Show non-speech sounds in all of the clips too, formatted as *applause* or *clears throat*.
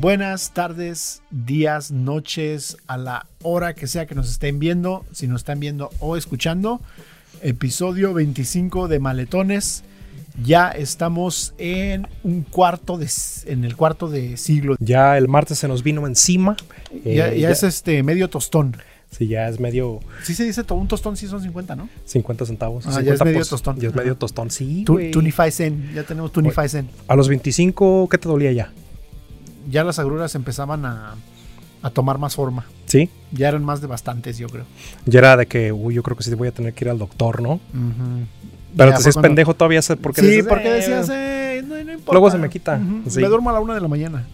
Buenas tardes, días, noches, a la hora que sea que nos estén viendo, si nos están viendo o escuchando. Episodio 25 de Maletones. Ya estamos en un cuarto de, en el cuarto de siglo. Ya el martes se nos vino encima. Eh, Ya, ya es este medio tostón. sí, ya es medio Sí se dice to- un tostón, sí son 50, ¿no? 50 centavos. Ah, ya es 50 medio pos- tostón. Ya es Ajá. medio tostón, sí. Tu- güey. 25 cent, ya tenemos 25 cent. A los 25, ¿qué te dolía ya? Ya las agruras empezaban a, a tomar más forma. Sí. Ya eran más de bastantes, yo creo. Ya era de que, uy, yo creo que sí voy a tener que ir al doctor, ¿no? Ujú. Pero Ya te fue es cuando- pendejo todavía hacer porque sí, dices, porque "Eh, decías, "Eh, no, no importa. luego se me quita". Ujú. Sí. Me duermo a la una de la mañana.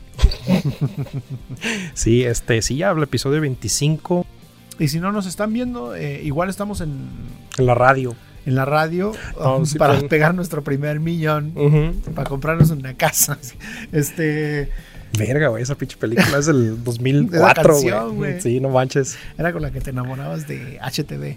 Sí, este, sí, ya el episodio 25 Y si no nos están viendo, eh, igual estamos en, en la radio. en la radio No, um, sí, Mm. para pero- pegar nuestro primer millón, para comprarnos una casa. Este Verga, güey, esa pinche película *laughs* es del canción, 2004, güey. güey. Sí, no manches. era con la que te enamorabas de HTV.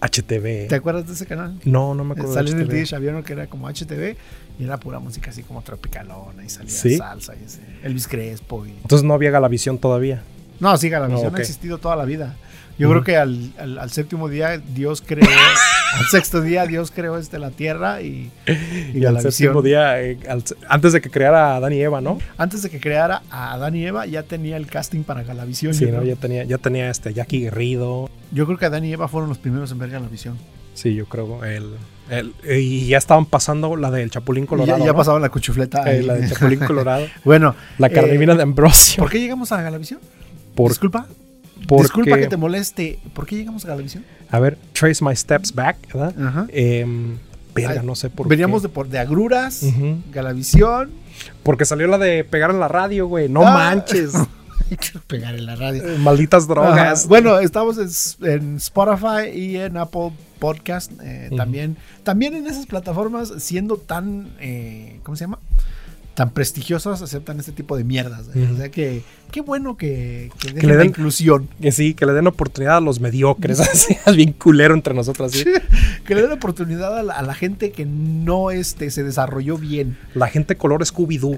HTV. ¿Te acuerdas de ese canal? No, no me acuerdo. de Salió en el HTV. DJ Xavier que era como HTV y era pura música así como tropicalona y salía Sí. salsa y ese, Elvis Crespo y Entonces no había Galavisión todavía. No, sí, Galavisión No, ok. ha existido toda la vida. Yo Ujú. creo que al, al- al séptimo día Dios *laughs* creó, al sexto día Dios creó este, la tierra y, y Y al Galavisión. séptimo día, eh, al- antes de que creara a Adán y Eva, ¿no? Antes de que creara a Adán y Eva ya tenía el casting para Galavisión. Sí, yo, ¿no? creo. Ya tenía, ya tenía este Jackie Guerrido. Yo creo que Adán y Eva fueron los primeros en ver Galavisión. Sí, yo creo. El, el- eh, y ya estaban pasando la del Chapulín Y Colorado. ya, ya ¿no? pasaba la cuchufleta. Eh, ahí. *laughs* la del Chapulín Colorado. bueno, La eh, Carnivina de Ambrosio. ¿por qué llegamos a Galavisión? Por- Disculpa, porque- disculpa que te moleste. ¿Por qué llegamos a Galavisión? A ver, Trace My Steps Back, ¿verdad? Ajá. Em, verga, Ay, no sé por Veníamos qué. de, por, de Agruras, Ujú. Galavisión. Porque salió la de pegar en la radio, güey. No Ah. *laughs* manches. Pegar en la radio. Eh, Malditas drogas. Ajá. Bueno, estamos en, s- en Spotify y en Apple Podcast. eh, Ujú. También también en esas plataformas, siendo tan, eh, ¿cómo se llama? Tan prestigiosas, aceptan este tipo de mierdas. eh. Ujú. O sea que, qué bueno que, que dejen le la den- *laughs* inclusión. Que sí, que le den oportunidad a los mediocres. *laughs* Así, bien culero entre nosotras. ¿sí? Que le den oportunidad a la, a la gente que no este, se desarrolló bien. La gente color Scooby-Doo.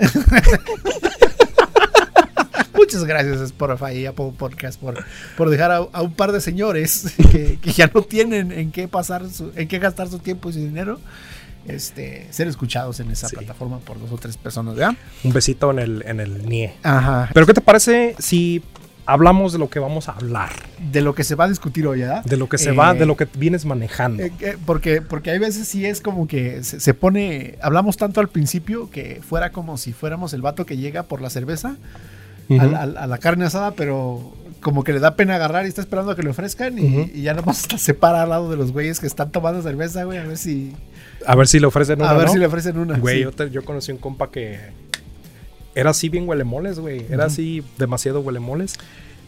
Muchas gracias Spotify y Apple Podcast por, por dejar a, a un par de señores *laughs* que, que ya no tienen en qué pasar su- en qué gastar su tiempo y su dinero. Este, ser escuchados en esa Sí. plataforma por dos o tres personas, ¿verdad? Un besito en el, en el nie. Ajá. Pero ¿qué te parece si hablamos de lo que vamos a hablar? De lo que se va a discutir hoy, ¿verdad? De lo que se Eh, va, de lo que vienes manejando. eh, eh, porque, porque hay veces sí es como que se, se pone. Hablamos tanto al principio que fuera como si fuéramos el vato que llega por la cerveza Ujú. a, la- a la- a la carne asada, pero como que le da pena agarrar y está esperando a que le ofrezcan y, Ujú. y ya *laughs* nomás hasta se para al lado de los güeyes que están tomando cerveza, güey, a ver si, A ver si le ofrecen una, a ver ¿no? si le ofrecen una. Güey, sí. yo, te- yo conocí un compa que era así bien huelemoles, güey. Era Ujú. así demasiado huelemoles.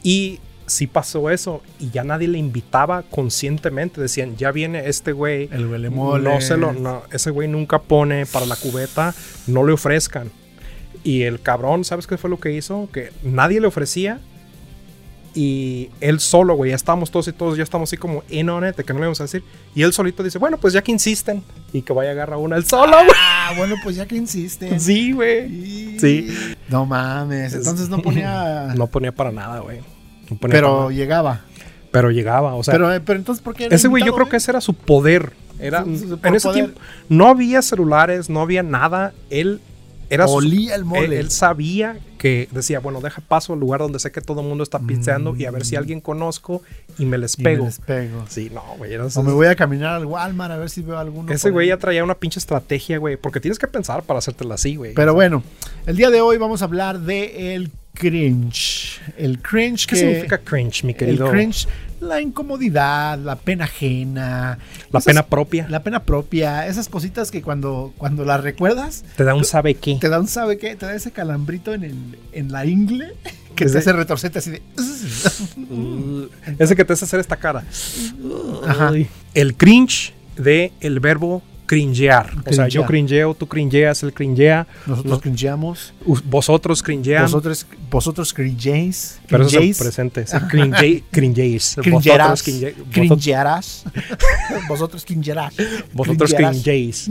Y sí pasó eso. Y ya nadie le invitaba conscientemente. Decían, ya viene este güey. El huelemoles. No se lo, no, ese güey nunca pone para la cubeta. No le ofrezcan. Y el cabrón, ¿sabes qué fue lo que hizo? Que nadie le ofrecía. Y él solo, güey, ya estábamos todos y todos, ya estamos así como in on it, de que no le íbamos a decir. Y él solito dice, bueno, pues ya que insisten. Y que vaya a agarrar una él solo, güey. Ah, bueno, pues ya que insisten. Sí, güey. Y- Sí. No mames, entonces no *laughs* ponía. No ponía para nada, güey. No ponía para pero nada. llegaba. pero llegaba, o sea, pero, eh, pero entonces, ¿por qué? era ese güey yo invitado, creo que ese era su poder. Era, Su- su- por en ese poder. tiempo no había celulares, no había nada. Él era su- Olía el mole. él, él sabía que decía, bueno, deja paso al lugar donde sé que todo el mundo está pisteando y a ver si alguien conozco y me les Mm. Y me pego. les pego. Sí, no, güey. era- O me voy a caminar al Walmart a ver si veo alguno. Ese por güey ahí. ya traía una pinche estrategia, güey, porque tienes que pensar para hacértela así, güey. Pero bueno, el día de hoy vamos a hablar de el cringe. El cringe ¿Qué que significa cringe, mi querido? El cringe, la incomodidad, la pena ajena, La esas- pena propia. la pena propia, esas cositas que cuando, cuando las recuerdas Te da un sabe qué. te da un sabe qué, te da ese calambrito en el en la ingle que te Ese- hace retorcerte así de *laughs* Ese que te hace hacer esta cara. Ajá. Ay. El cringe de el verbo cringear. O sea, Cringear. yo cringeo, tú cringeas, él cringea, nosotros cringeamos, us- vosotros cringean. vosotros vosotros cringeéis, pero eso es cringeéis, el presente. sí, *laughs* Cringe, cringeéis. cringerás, Vosotros cringe- vosot- cringerás, *laughs* vosotros cringerás, Vosotros cringerás. cringeéis.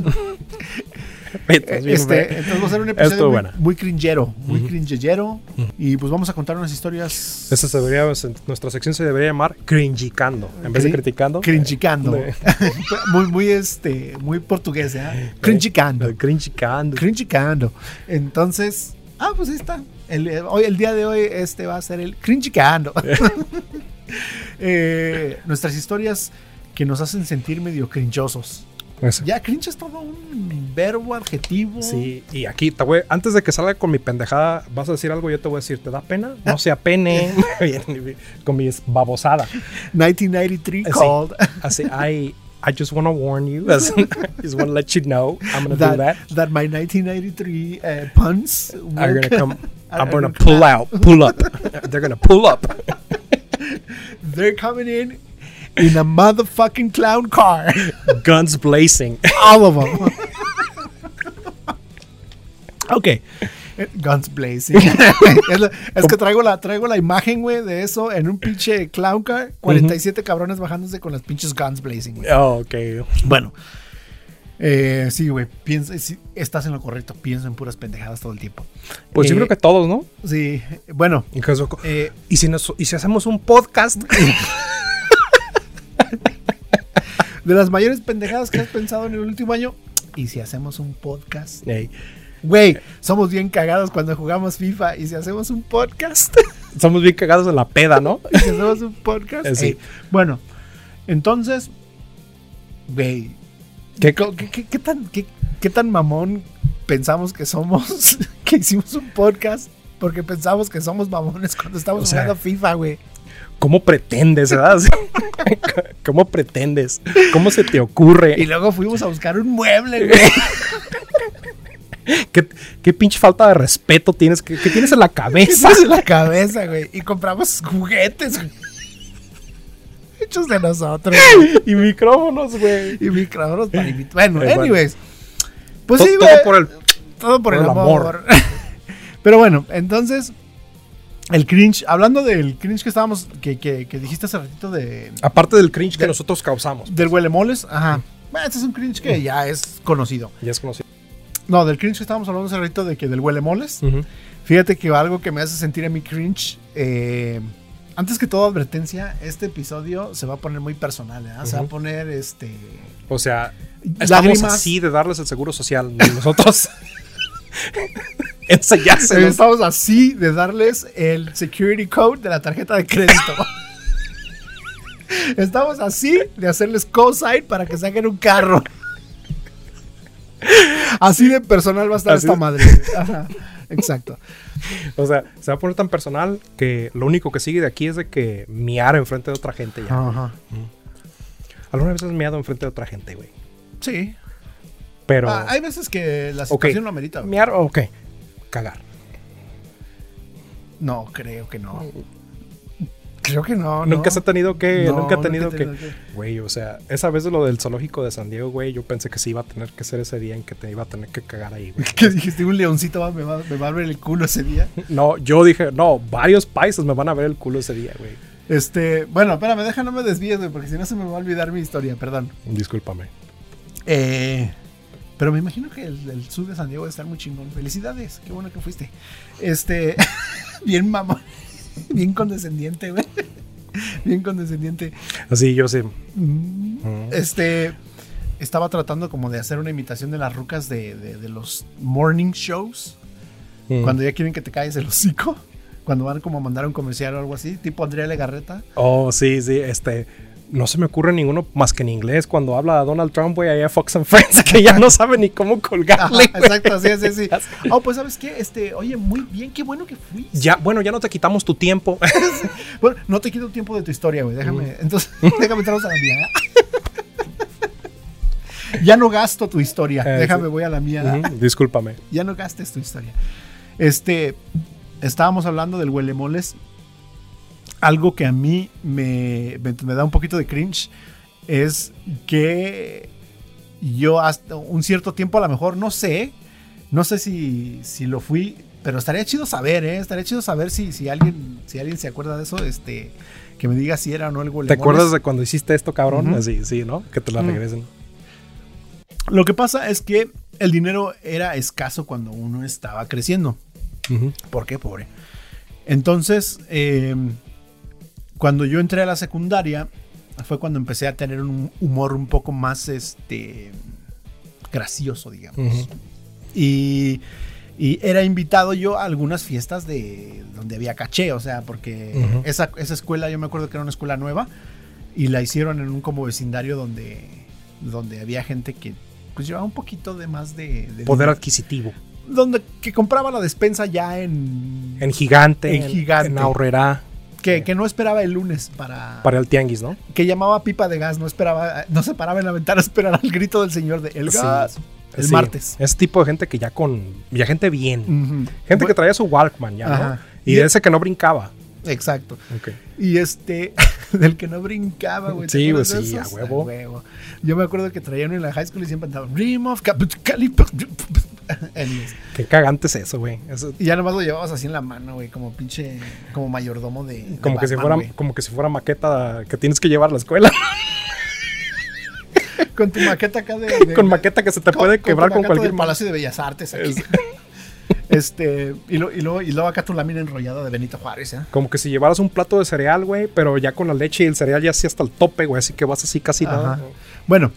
Estás bien, güey. Este, entonces va a ser un episodio Estuvo muy, buena. muy cringero, muy Ujú. cringellero. Y pues vamos a contar unas historias Esa se debería- se- nuestra sección se debería llamar cringicando. En vez de Cri- criticando. cringicando. eh, *laughs* muy, muy, este, muy portugués, ¿eh? Cringicando. de- Cringicando. Cringicando. Entonces, ah, pues ahí está. El, eh, hoy, el día de hoy este va a ser el cringicando. *laughs* Eh, nuestras historias que nos hacen sentir medio crinchosos. Eso. Ya cringe es todo un verbo, adjetivo. Sí, y aquí, te voy- antes de que salga con mi pendejada, vas a decir algo, yo te voy a decir, ¿te da pena? No se apene. con mi babosada. 1993 Ah, Sí. called *laughs* Así, I, I just want to warn you. Así, *laughs* I just want to let you know I'm going to do that. that, that my 1993 eh, puns will I'm going to *laughs* come. are I'm going to gonna pull out, pull up. *laughs* They're going to pull up. *laughs* They're coming in in a motherfucking clown car. *laughs* Guns blazing. All of them. *laughs* *laughs* Ok. Guns *laughs* blazing. es, lo- es que traigo la, traigo la imagen, güey, de eso en un pinche clown car. 47 cabrones bajándose con las pinches guns blazing, güey. Oh, ok. Bueno. Eh, sí, güey. Piensa, sí, estás en lo correcto. Pienso en puras pendejadas todo el tiempo. Pues yo Eh, creo que todos, ¿no? Sí. Bueno. eh, y, si nos, y si hacemos un podcast. *laughs* de las mayores pendejadas que has pensado en el último año. Y si hacemos un podcast. Ey, Güey, somos bien cagados cuando jugamos FIFA. Y si hacemos un podcast. *laughs* somos bien cagados en la peda, ¿no? y si hacemos un podcast. Eh, sí. Ey, bueno, entonces, güey, ¿Qué, co- ¿qué, qué- qué tan, qué, qué tan mamón pensamos que somos *laughs* que hicimos un podcast? Porque pensamos que somos mamones cuando estamos O sea, jugando FIFA, güey. ¿Cómo pretendes, verdad? *laughs* ¿Cómo pretendes? ¿Cómo se te Y ocurre? luego fuimos a buscar un mueble, güey. ¿Qué, qué pinche falta de respeto tienes? ¿Qué, qué tienes en la *laughs* cabeza? en la cabeza, güey. Y compramos juguetes, güey. Hechos de nosotros. güey. y micrófonos, güey. Y micrófonos para invitar. Bueno, Eh, bueno. anyways. Pues To- sí, todo güey. por el- Todo por Por el el amor. amor. *laughs* Pero bueno, entonces, el cringe, hablando del cringe que estábamos, que, que, que dijiste hace ratito de, Aparte del cringe que De- nosotros causamos. del huelemoles, ajá. Bueno, Este es un cringe que ya es conocido. Ya es conocido. No, del cringe que estábamos hablando hace ratito de que del huelemoles. Fíjate que algo que me hace sentir a mí cringe. eh, antes que todo, advertencia: este episodio se va a poner muy personal, ¿verdad? Se va a Ujú. poner este. O sea, estamos Lágrimas. así de darles el seguro social. Nosotros *laughs* enseñárselos. Eh, Estamos así de darles el security code de la tarjeta de *laughs* crédito. Estamos así de hacerles co-sign para que saquen un carro. Así de personal va a estar Así esta es. madre. Ajá, exacto. O sea, se va a poner tan personal que lo único que sigue de aquí es de que miar enfrente de otra gente ya. Ajá. Algunas veces has miado enfrente de otra gente, güey. Sí. Pero. Ah, hay veces que la Ok. situación lo amerita. güey. Miar, ok. Cagar. No, creo que no. Creo que no. Nunca se ha *laughs* no. tenido que. No, nunca ha tenido nunca he que. tenido Güey, o sea, esa vez de lo del zoológico de San Diego, güey, yo pensé que sí iba a tener que ser ese día en que te iba a tener que cagar ahí, *laughs* güey. que dijiste un leoncito va- me, va, me va a abrir el culo ese día. No, yo dije, no, varios países me van a ver el culo ese día, güey. Este, bueno, espérame, deja no me desvíes, güey, porque si no se me va a olvidar mi historia, perdón. Discúlpame. Eh, pero me imagino que el, el sur de San Diego debe estar muy chingón. Felicidades, qué bueno que fuiste. Este, *laughs* bien mamón, *laughs* bien condescendiente, güey. *laughs* Bien condescendiente. Así yo sí. Mm, Mm. Este, estaba tratando como de hacer una imitación de las rucas de, de- de los morning shows, Mm. cuando ya quieren que te calles el hocico. Cuando van como a mandar un comercial o algo así, tipo Andrea Legarreta. Oh, sí, sí, este. No se me ocurre ninguno más que en inglés cuando habla Donald Trump, güey, ahí a Fox and Friends, que ya no sabe ni cómo Ajá, *laughs* colgarle. exacto, así, así, así. Oh, pues, ¿sabes qué? Este, oye, muy bien, qué bueno que fuiste. Ya, bueno, ya no te quitamos tu *laughs* tiempo. Bueno, no te quito tiempo de tu historia, güey. Déjame. Entonces, déjame entrarnos a la mía. *laughs* ya no gasto tu historia. Eh, déjame, sí. voy a la mía. Ujú, Discúlpame. Ya no gastes tu historia. Este. Estábamos hablando del huelemoles. Algo que a mí me, me, me da un poquito de cringe es que yo hasta un cierto tiempo a lo mejor, no sé, no sé si, si lo fui, pero estaría chido saber, ¿eh? Estaría chido saber si, si, alguien, si alguien se acuerda de eso, este, que me diga si era o no el huelemoles. ¿Te acuerdas de cuando hiciste esto, cabrón? Ujú. Así, sí, ¿no? Que te la Mm. regresen. Lo que pasa es que el dinero era escaso cuando uno estaba creciendo. ¿Por qué, pobre? Entonces, eh, cuando yo entré a la secundaria, fue cuando empecé a tener un humor un poco más este, gracioso, digamos. Ujú. y, y era invitado yo a algunas fiestas de donde había caché, o sea, porque Ujú. esa, esa escuela, yo me acuerdo que era una escuela nueva, y la hicieron en un como vecindario donde, donde había gente que pues llevaba un poquito de más de... de Poder adquisitivo. donde que compraba la despensa ya en, En gigante. En gigante. En ahorrera. que, que no esperaba el lunes para, Para el tianguis, ¿no? que llamaba pipa de gas, no esperaba, no se paraba en la ventana a esperar al grito del señor de el Sí. gas el Sí. martes. Ese tipo de gente que ya con. Ya gente bien. Ujú. Gente que traía su Walkman ya, ¿no? Ajá. Y de ese que no brincaba. Exacto. Y este, *laughs* del que no brincaba, güey. ¿te Sí, acuerdas güey, de sí, a esos? huevo. Yo me acuerdo que traían en la high school y siempre andaban Dream of Cap- Cali- *laughs* Anyways. Qué cagante es eso, güey. Eso- Y ya nomás lo llevabas así en la mano, güey, como pinche, como mayordomo de. de como, que si Batman, fuera, güey. como que si fuera maqueta que tienes que llevar a la *laughs* escuela. Con tu maqueta acá *laughs* de. de- con maqueta que se te puede con- quebrar tu con maqueta cualquier del mano. Palacio de Bellas Artes. aquí. *laughs* Este, y, lo- y, luego, y luego acá tu lámina enrollada de Benito Juárez, ¿eh? Como que si llevaras un plato de cereal, güey, pero ya con la leche y el cereal ya así hasta el tope, güey, así que vas así casi nada. Ajá. Bueno,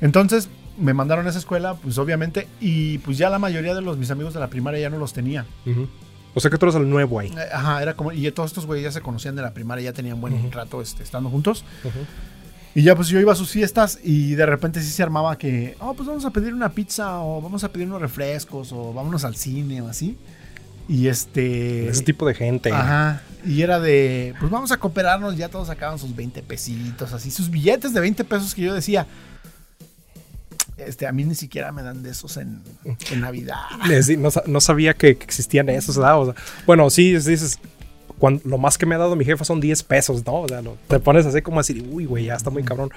entonces me mandaron a esa escuela, pues obviamente, y pues ya la mayoría de los mis amigos de la primaria ya no los tenía. Ujú. O sea que tú eres el nuevo ahí. Eh, Ajá, era como, y todos estos güeyes ya se conocían de la primaria, ya tenían buen Ujú. rato este, estando juntos. Ujú. Y ya pues yo iba a sus fiestas y de repente sí se armaba que, oh, pues vamos a pedir una pizza o vamos a pedir unos refrescos o vámonos al cine o así. Y este... Ese tipo de gente. *laughs* Ajá. Y era de, pues vamos a cooperarnos. Ya todos sacaban sus 20 pesitos, así, sus billetes de 20 pesos que yo decía. Este, a mí ni siquiera me dan de esos en, en Navidad. Les di- no, sa- no sabía que, que existían esos, ¿verdad? O sea, bueno, sí, es- dices, cuan- lo más que me ha dado mi jefa son 10 pesos, ¿no? O sea, lo- te pones así como así, uy, güey, ya está muy cabrón.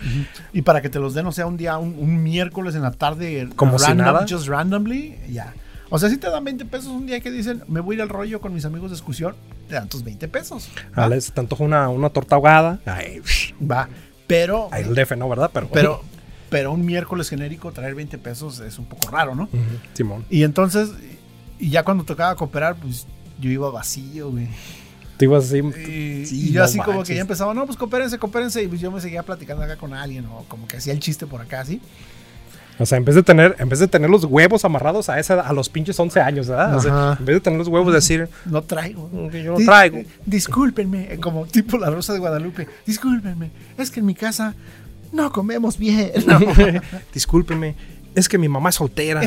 Y para que te los den, o sea, un día, un, un miércoles en la tarde, eh, Como si nada. just randomly, ya. O sea, si te dan 20 pesos un día que dicen, me voy a ir al rollo con mis amigos de excursión, te dan tus 20 pesos. Ah, les- te antoja una, una torta ahogada. Ay, *laughs* Va. Pero, ay, el DF, ¿no? ¿Verdad? Pero, pero, pero un miércoles genérico traer 20 pesos es un poco raro, ¿no? *laughs* Ujú, Simón, Y entonces, y ya cuando tocaba cooperar, pues yo iba vacío, güey. te ibas así. Y, Sí, y yo no así como que manches. ya empezaba, no, pues coopérense, coopérense. Y pues yo me seguía platicando acá con alguien, o como que hacía el chiste por acá, así. O sea, en vez de tener, en vez de tener los huevos amarrados a esa, a los pinches 11 años, ¿verdad? O sea, Ajá. en vez de tener los huevos, decir, No traigo. "Mm, yo no Di- traigo. eh, Discúlpenme, eh, como tipo la Rosa de Guadalupe. Discúlpenme, es que en mi casa no comemos bien. *laughs* *laughs* No. Discúlpeme, es que mi mamá *laughs* es soltera.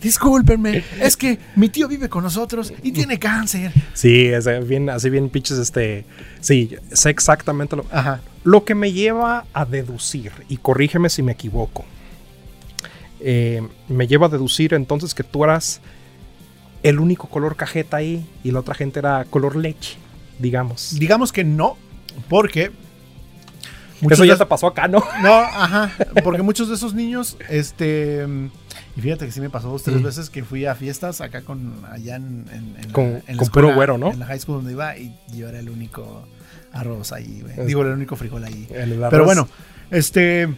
Discúlpenme, es que mi tío vive con nosotros y tiene cáncer. sí, o sea, bien, así bien pinches, este. Sí, sé exactamente lo. Ajá. Lo que me lleva a deducir, y corrígeme si me equivoco, eh, me lleva a deducir entonces que tú eras el único color cajeta ahí y la otra gente era color leche, digamos. Digamos que no, porque. muchos Eso de ya esos- te pasó acá, ¿no? No, ajá, porque muchos de esos niños, este, mm, y fíjate que sí me pasó dos, tres Mm. veces que fui a fiestas acá con, allá en, en- en la- Con- en la con puro güero, ¿no? En la high school donde iba y yo era el único arroz ahí, güey. Es- Digo, el único frijol ahí. El arroz. Pero bueno, este,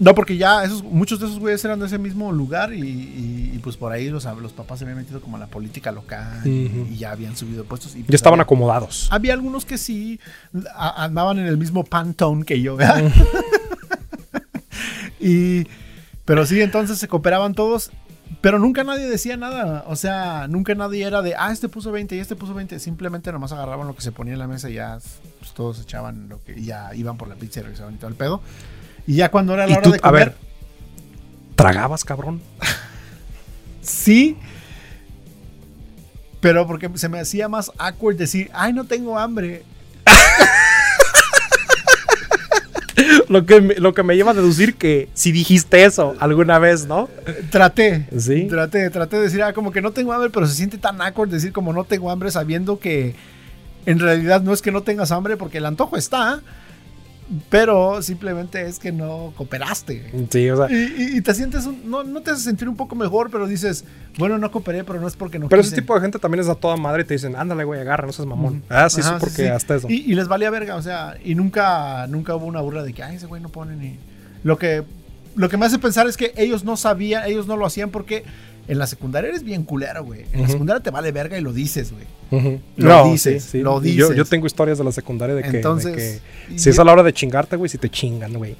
no, porque ya esos, muchos de esos güeyes eran de ese mismo lugar y, y- y pues por ahí los, los papás se habían metido como a la política local y- Ujú. y, ya habían subido puestos. Y ya estaban había- acomodados. había algunos que sí a- andaban en el mismo pantone que yo, ¿verdad? *laughs* y, pero sí, entonces se cooperaban todos, pero nunca nadie decía nada. O sea, nunca nadie era de, ah, este puso 20 y este puso 20. Simplemente nomás agarraban lo que se ponía en la mesa y ya pues, todos echaban lo que, y ya iban por la pizza y regresaban y todo el pedo. Y ya cuando era la Y hora tú, de a comer, ver, ¿tragabas, cabrón? sí. Pero porque se me hacía más awkward decir, ay, no tengo hambre. Lo que, me, lo que me lleva a deducir que si dijiste eso alguna vez, ¿no? Traté. Sí. Traté, traté de decir, ah, como que no tengo hambre, pero se siente tan awkward decir como no tengo hambre sabiendo que en realidad no es que no tengas hambre porque el antojo está, pero simplemente es que no cooperaste. güey. Sí, o sea. Y, y- y te sientes, un- no, no te hace sentir un poco mejor, pero dices, bueno, no cooperé, pero no es porque no Pero ese quise. tipo de gente también es a toda madre y te dicen, ándale, güey, agarra, no seas mamón. Ah, sí, Ajá, sí, porque sí. hasta eso. Y, y les valía verga, o sea, y nunca, nunca hubo una burla de que, ay, ese güey no pone ni. Lo que, lo que me hace pensar es que ellos no sabían, ellos no lo hacían porque en la secundaria eres bien culero, güey. En la Ujú. secundaria te vale verga y lo dices, güey. Ujú. Lo dices, lo Y Yo, dices. yo tengo historias de la secundaria de que, de Entonces, que si es yo- a la hora de chingarte, güey, si te chingan, güey.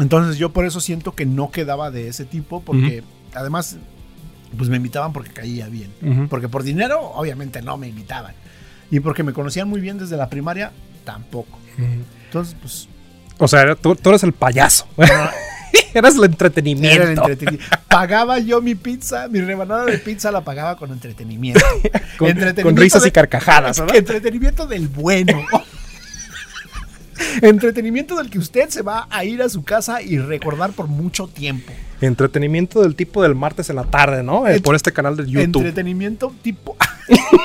Entonces yo por eso siento que no quedaba de ese tipo, porque además, pues me invitaban porque caía bien. Ujú. Porque por dinero, obviamente no me invitaban. Y porque me conocían muy bien desde la primaria, tampoco. Ujú. Entonces, pues O sea, era- tú, tú eres el payaso. *laughs* eres el entretenimiento. Era el entreteni- Pagaba yo mi pizza, mi rebanada de pizza la pagaba con entretenimiento. *laughs* con, Entretenimiento con risas de- y carcajadas, *laughs* ¿verdad? Entretenimiento del bueno. *laughs* entretenimiento del que usted se va a ir a su casa y recordar por mucho tiempo. Entretenimiento del tipo del martes en la tarde, ¿no? Eh, Entre- por este canal de YouTube. Entretenimiento tipo.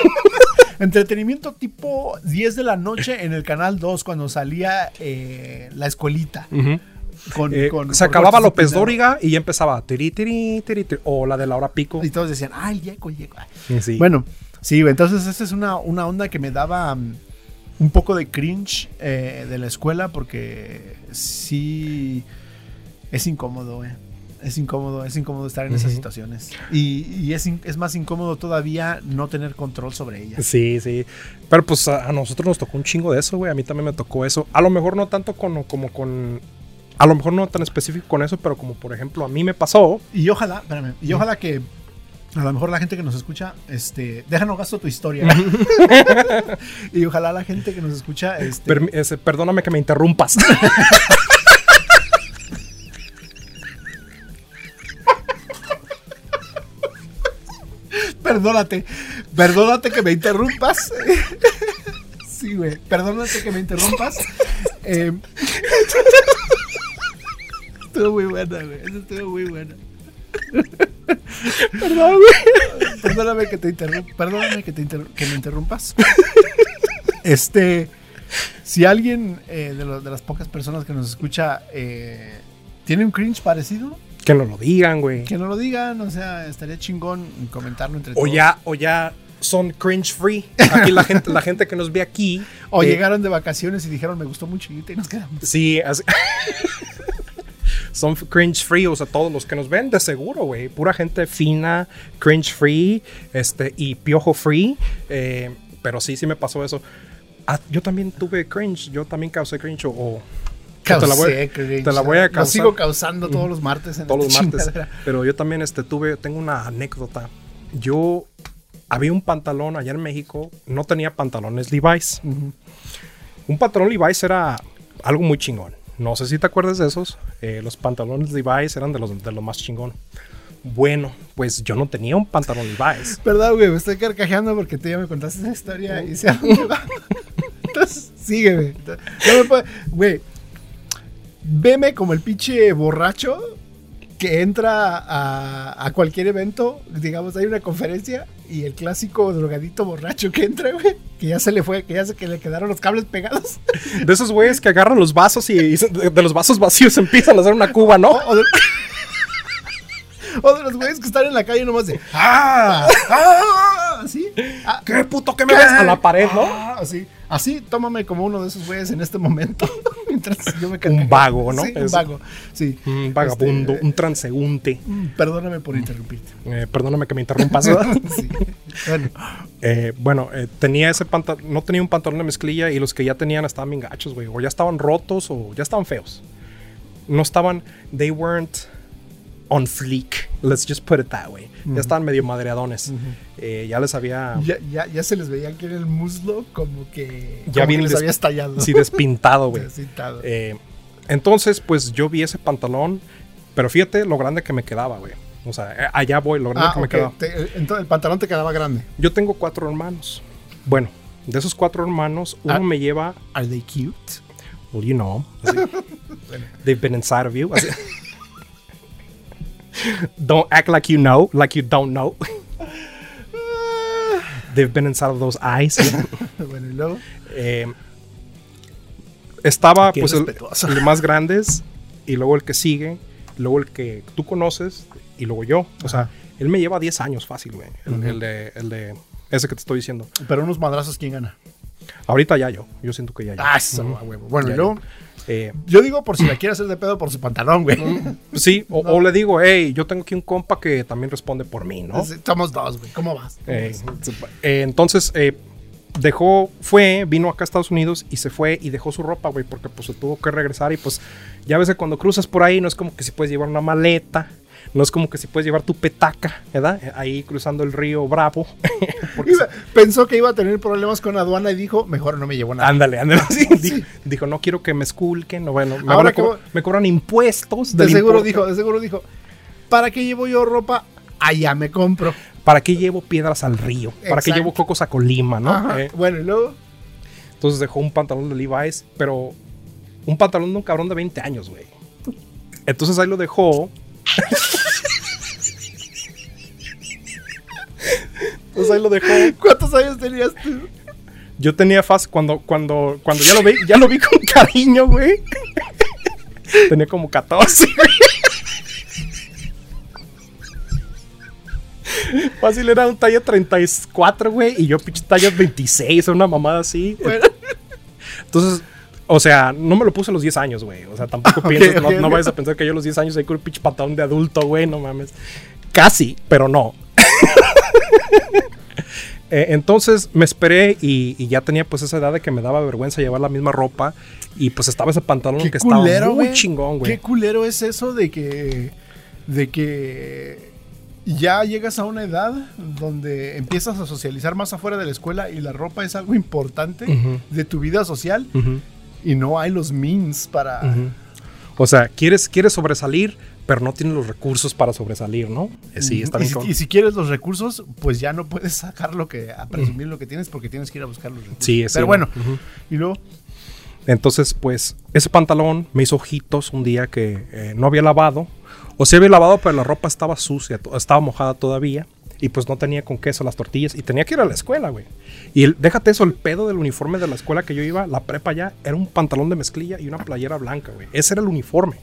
*laughs* entretenimiento tipo 10 de la noche en el canal 2 cuando salía eh, la escuelita. Ujú. Con, Mm. Eh, con- se con acababa cortes de López Pizarro. Dóriga y ya empezaba tiri, tiri, tiri, tiri, o la de la hora pico. Y todos decían, ah, el yeco, el yeco. Sí. Bueno, sí, güey, entonces esa es una, una onda que me daba mm, un poco de cringe eh, de la escuela porque sí es incómodo, güey. Es incómodo, es incómodo estar en esas Ujú. situaciones. Y, y es, in- es más incómodo todavía no tener control sobre ellas. Sí, sí. Pero pues a, a nosotros nos tocó un chingo de eso, güey. A mí también me tocó eso. A lo mejor no tanto con, como con. A lo mejor no tan específico con eso, pero como por ejemplo a mí me pasó. Y ojalá, espérame, y ojalá que a lo mejor la gente que nos escucha, este, déjanos gasto tu *laughs* historia. *laughs* y ojalá la gente que nos escucha, este, Permi- ese, perdóname que me interrumpas. *laughs* Perdónate, perdónate que me interrumpas. *laughs* Sí, güey, perdónate que me interrumpas. Eh, estuvo muy buena, güey, eso estuvo muy buena. Perdón, güey. Perdóname que te interrumpa, perdóname que, te interru- que me interrumpas. Este, si alguien eh, de, lo- de las pocas personas que nos escucha eh, tiene un cringe parecido, Que no lo digan, güey. que no lo digan, o sea, estaría chingón comentarlo entre O todos. ya, o ya son cringe free. Aquí la gente, la gente que nos ve aquí. O eh, llegaron de vacaciones y dijeron, me gustó mucho y nos quedamos. Sí, así- son cringe free, o sea, todos los que nos ven, de seguro, güey. Pura gente fina, cringe free, este, y piojo free. eh, pero sí, sí me pasó eso. Ah, yo también tuve cringe, yo también causé cringe, o, o *laughs* te, la voy, Causé cringe. te la voy a Lo causar sigo causando todos los martes. En *laughs* todos los esta martes. chingadera. Pero yo también este, tuve, tengo una anécdota. Yo había un pantalón allá en México, no tenía pantalones Levi's. Un pantalón Levi's era algo muy chingón. No sé si te acuerdas de esos. Eh, los pantalones Levi's eran de los, de los más chingón. Bueno, pues yo no tenía un pantalón Levi's. Perdón, güey, me estoy carcajeando porque tú ya me contaste esa historia y se *laughs* Entonces, sígueme. No me puedo- Güey, veme como el pinche borracho que entra a, a cualquier evento. Digamos, hay una conferencia y el clásico drogadito borracho que entra, güey, que ya se le fue, que ya se que le quedaron los cables pegados. *laughs* De esos güeyes que agarran los vasos y, y se- de, de los vasos vacíos empiezan a hacer una cuba, ¿no? O de, *laughs* o de los güeyes que están en la calle nomás de. ¡Ah! ¡Ah! Así. ah, ¡Qué puto que me ves! A la pared, ¿no? ah, así. Así, tómame como uno de esos güeyes en este momento. *laughs* Mientras yo me Un vago, ¿no? Sí, un Es- vago. Sí. Un vagabundo, Este, un transeúnte. mm, Perdóname por interrumpirte. Eh, perdóname que me interrumpas. ¿verdad? *laughs* Sí. Bueno, Eh, bueno, eh, tenía ese pantalón, no tenía un pantalón de mezclilla y los que ya tenían estaban bien gachos, güey. O ya estaban rotos o ya estaban feos. No estaban, they weren't on fleek. Let's just put it that way. Ya estaban medio madreadones. Eh, ya les había, ya, ya, ya se les veía aquí en el muslo como que. Ya como bien que les des- había estallado. *laughs* sí, despintado, güey. Descintado. Eh, entonces, pues yo vi ese pantalón, pero fíjate lo grande que me quedaba, güey. O sea, eh, allá voy, lo grande Ah, que me ok, quedaba. te- entonces el pantalón te quedaba grande. *laughs* Yo tengo cuatro hermanos. Bueno, de esos cuatro hermanos, uno Ah. me lleva ¿Are they cute? Well, you know. *laughs* así. They've been inside of you. así. don't act like you know, like you don't *laughs* know. They've been inside of those eyes. Bueno, y luego. Eh, Em, Estaba Qué pues el, respetuoso. el más grande es, y luego el que sigue, luego el que tú conoces y luego yo. O sea, Ajá. él me lleva 10 años fácil, güey. El, Ujú. el de, el de ese que te estoy diciendo. Pero unos madrazos, ¿quién gana? Ahorita ya yo. Yo siento que ya yo. Ah, eso, Ujú. a huevo. Bueno, Ya y luego, yo. Eh, pues yo digo por si la quiere hacer de pedo por su pantalón, güey. sí, o, o le digo, hey, yo tengo aquí un compa que también responde por mí, ¿no? *laughs* Somos dos, güey. ¿Cómo vas? Eh, eh, entonces, eh, dejó, fue, vino acá a Estados Unidos y se fue y dejó su ropa, güey, porque pues se tuvo que regresar y pues ya ves que cuando cruzas por ahí no es como que si puedes llevar una maleta. No es como que si puedes llevar tu petaca, ¿verdad? Eh, Ahí cruzando el río Bravo. *laughs* *laughs* porque Iba- pensó que iba a tener problemas con aduana y dijo, mejor no me llevo nada. Ándale, ándale. sí, di- dijo, no quiero que me esculquen. No, bueno, me, Ahora van a que cobrar- voy- me cobran impuestos. de del seguro importe. dijo, de seguro dijo, ¿para qué llevo yo ropa? Allá me compro. ¿Para qué llevo piedras al río? ¿Para qué Exacto. llevo cocos a Colima, no? Ajá. Eh, Bueno, y luego, entonces dejó un pantalón de Levi's, pero un pantalón de un cabrón de 20 años, güey. Entonces ahí lo dejó. *laughs* Entonces ahí lo dejó. ¿cuántos años tenías tú? Yo tenía fácil cuando, cuando, cuando ya lo vi, ya lo vi con *laughs* cariño, güey. *laughs* Tenía como 14, güey. Fácil era un talla 34, güey, y yo pinche talla 26, una mamada así. Bueno, Entonces, o sea, no me lo puse a los 10 años, güey. O sea, tampoco *laughs* Ok, piensas, no, ok, no ok. vayas a pensar que yo a los 10 años hay un pinche patadón de adulto, güey, no mames. Casi, pero no. *laughs* Eh, entonces me esperé y, y ya tenía pues esa edad de que me daba vergüenza llevar la misma ropa y pues estaba ese pantalón qué que estaba culero, muy güey. chingón, güey. Qué culero es eso de que, de que ya llegas a una edad donde empiezas a socializar más afuera de la escuela y la ropa es algo importante Ujú. de tu vida social Ujú, y no hay los means para... ujú. O sea, quieres, quieres sobresalir, pero no tienes los recursos para sobresalir, ¿no? Eh, Sí, está y, bien. si, con- y si quieres los recursos, pues ya no puedes sacar lo que, a presumir lo que tienes porque tienes que ir a buscar los recursos. Sí, sí, Pero bueno, ujú. y luego, Entonces, pues, ese pantalón me hizo ojitos un día que eh, no había lavado. O sí había lavado, pero la ropa estaba sucia, to- estaba mojada todavía. Y pues no tenía con queso las tortillas. Y tenía que ir a la escuela, güey. Y el- déjate eso, el pedo del uniforme de la escuela que yo iba, la prepa ya, era un pantalón de mezclilla y una playera blanca, güey. Ese era el uniforme.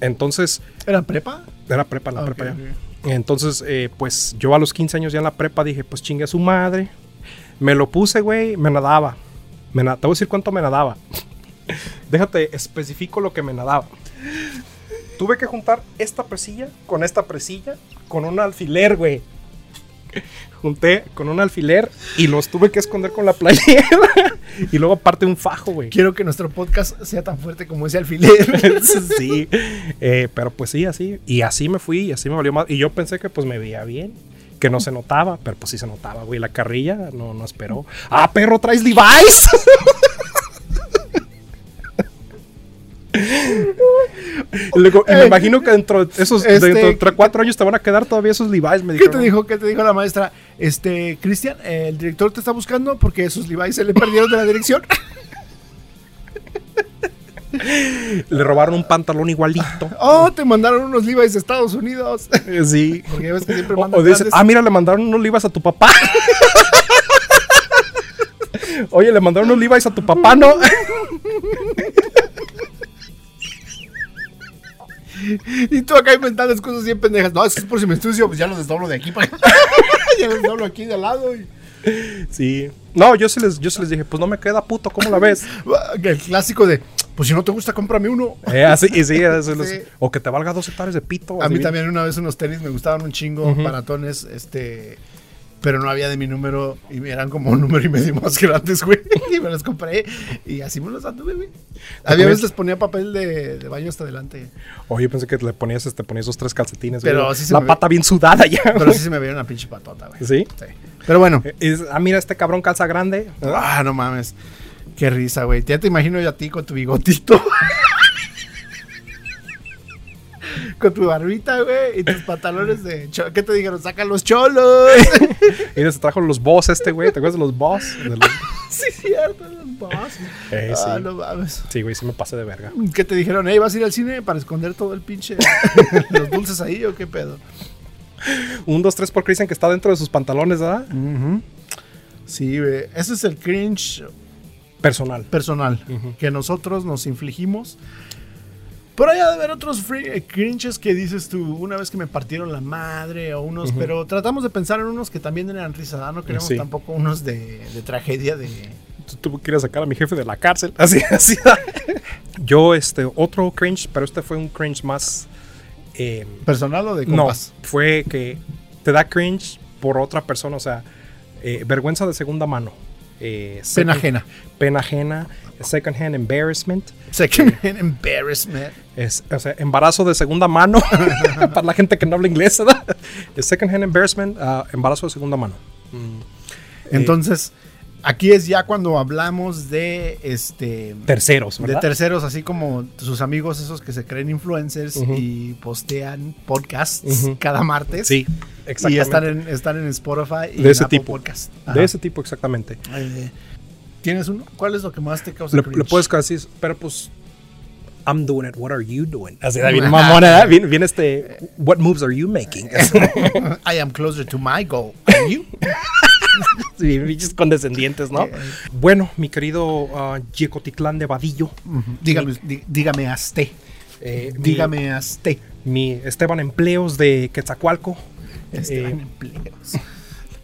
Entonces, ¿era prepa? era prepa, la Ah, prepa ok, ya. Entonces, eh, pues yo a los 15 años ya en la prepa dije, pues chingue a su madre. Me lo puse, güey, me nadaba. Me na- te voy a decir cuánto me nadaba. *laughs* Déjate, especifico lo que me nadaba. Tuve que juntar esta presilla con esta presilla con un alfiler, güey. *laughs* Junté con un alfiler y los tuve que esconder con la playera. *laughs* y luego aparte un fajo, güey. Quiero que nuestro podcast sea tan fuerte como ese alfiler. *laughs* sí, eh, pero pues sí, así. Y así me fui, y así me valió más. Y yo pensé que pues me veía bien, que no se notaba, pero pues sí se notaba, güey. La carrilla no, no esperó. ¡Ah, perro, traes Levi's! *laughs* Y luego, y me Ey, imagino que dentro de esos este, dentro de tres, cuatro años te van a quedar todavía esos Levi's. Me ¿Qué te dijeron. dijo? ¿Qué te dijo la maestra? Este, Cristian, eh, el director te está buscando porque sus Levi's se le perdieron de la *laughs* dirección. Le robaron un *laughs* pantalón igualito. Oh, te mandaron unos Levi's de Estados Unidos. *laughs* Eh, Sí. Porque ya ves que siempre O, mandan o dices, grandes. ah, mira, le mandaron unos Levi's a tu papá. *laughs* Oye, le mandaron unos Levi's a tu papá, ¿no? Y tú acá inventando excusas bien pendejas. No, es que es por si me ensucio, pues ya los desdoblo de aquí para acá. *laughs* ya los desdoblo aquí de al lado. y- *laughs* Sí. No, yo sí les, yo sí les dije, pues no me queda puto, ¿cómo la ves? El clásico de, pues si no te gusta, cómprame uno. *laughs* Eh, así, y sí, eso es los- Sí. o que te valga dos hectáreas de pito. A así mí bien. también una vez unos tenis me gustaban un chingo, maratones, este, pero no había de mi número y eran como un número y medio *laughs* más grandes, güey. Y me los compré y así me los anduve, güey. Había comías- veces les ponía papel de, de baño hasta adelante, Oye, yo pensé que le ponías, te ponías dos, tres calcetines. Pero güey. sí se la me ve- pata bien sudada ya. pero güey. *laughs* sí se me veía una pinche patota, güey. ¿Sí? Sí. Pero bueno, Es- ah, mira, este cabrón calza grande. ah, no mames. Qué risa, güey. Ya te imagino yo a ti con tu bigotito. *laughs* Con tu barbita, güey, y tus pantalones de... cho- ¿Qué te dijeron? ¡Saca los cholos! Mira, se trajo los boss este, güey. ¿Te acuerdas de los boss? De los- *laughs* sí, cierto, los boss. Eh, sí. Ah, no mames. Sí, güey, sí me pasé de verga. ¿Qué te dijeron? ¿Ey, vas a ir al cine para esconder todo el *laughs* pinche. los dulces ahí o qué pedo? Un, dos, tres por Cristian que está dentro de sus pantalones, ¿verdad? Sí, güey. Ese es el cringe. Personal. personal Ujú. que nosotros nos infligimos. Por allá de haber otros fri- eh, cringes que dices tú, una vez que me partieron la madre o unos, Ujú. pero tratamos de pensar en unos que también eran risa, ¿verdad? no queremos Sí. tampoco unos de, de tragedia de... Tú, tú quieres sacar a mi jefe de *laughs* la cárcel. Así, así. Yo, este, otro cringe, pero este fue un cringe más. eh, ¿Personal o de no, compas? fue que te da cringe por otra persona, o sea, eh, vergüenza de segunda mano. eh, Pena second- ajena. Pena ajena, second hand embarrassment. Second hand embarrassment. Es, o sea, embarazo de segunda mano *laughs* para la gente que no habla inglés, ¿verdad? El Second hand embarrassment, ah, embarazo de segunda mano. Entonces, aquí es ya cuando hablamos de este... Terceros, de ¿verdad? terceros, así como sus amigos esos que se creen influencers Ujú. y postean podcasts Ujú. cada martes. sí, Y están exactamente. en, están en Spotify y De en ese Apple tipo. Podcast. de Ajá. ese tipo, exactamente. Eh, ¿Tienes uno? ¿Cuál es lo que más te causa Le, cringe? le Pues puedes casi, pero pues, I'm doing it, what are you doing? Así, da bien Ajá. mamona, ¿verdad? bien, bien este, what moves are *laughs* you making? I am closer to my goal. Are you? Sí, bichos condescendientes, ¿no? Yeah. Bueno, mi querido ah, Yecotitlán de Vadillo, Ujú. dígame, dí- dígame Azte. eh, mi- Dígame Azte. mi, Esteban Empleos de Quetzacualco, eh, Esteban Empleos.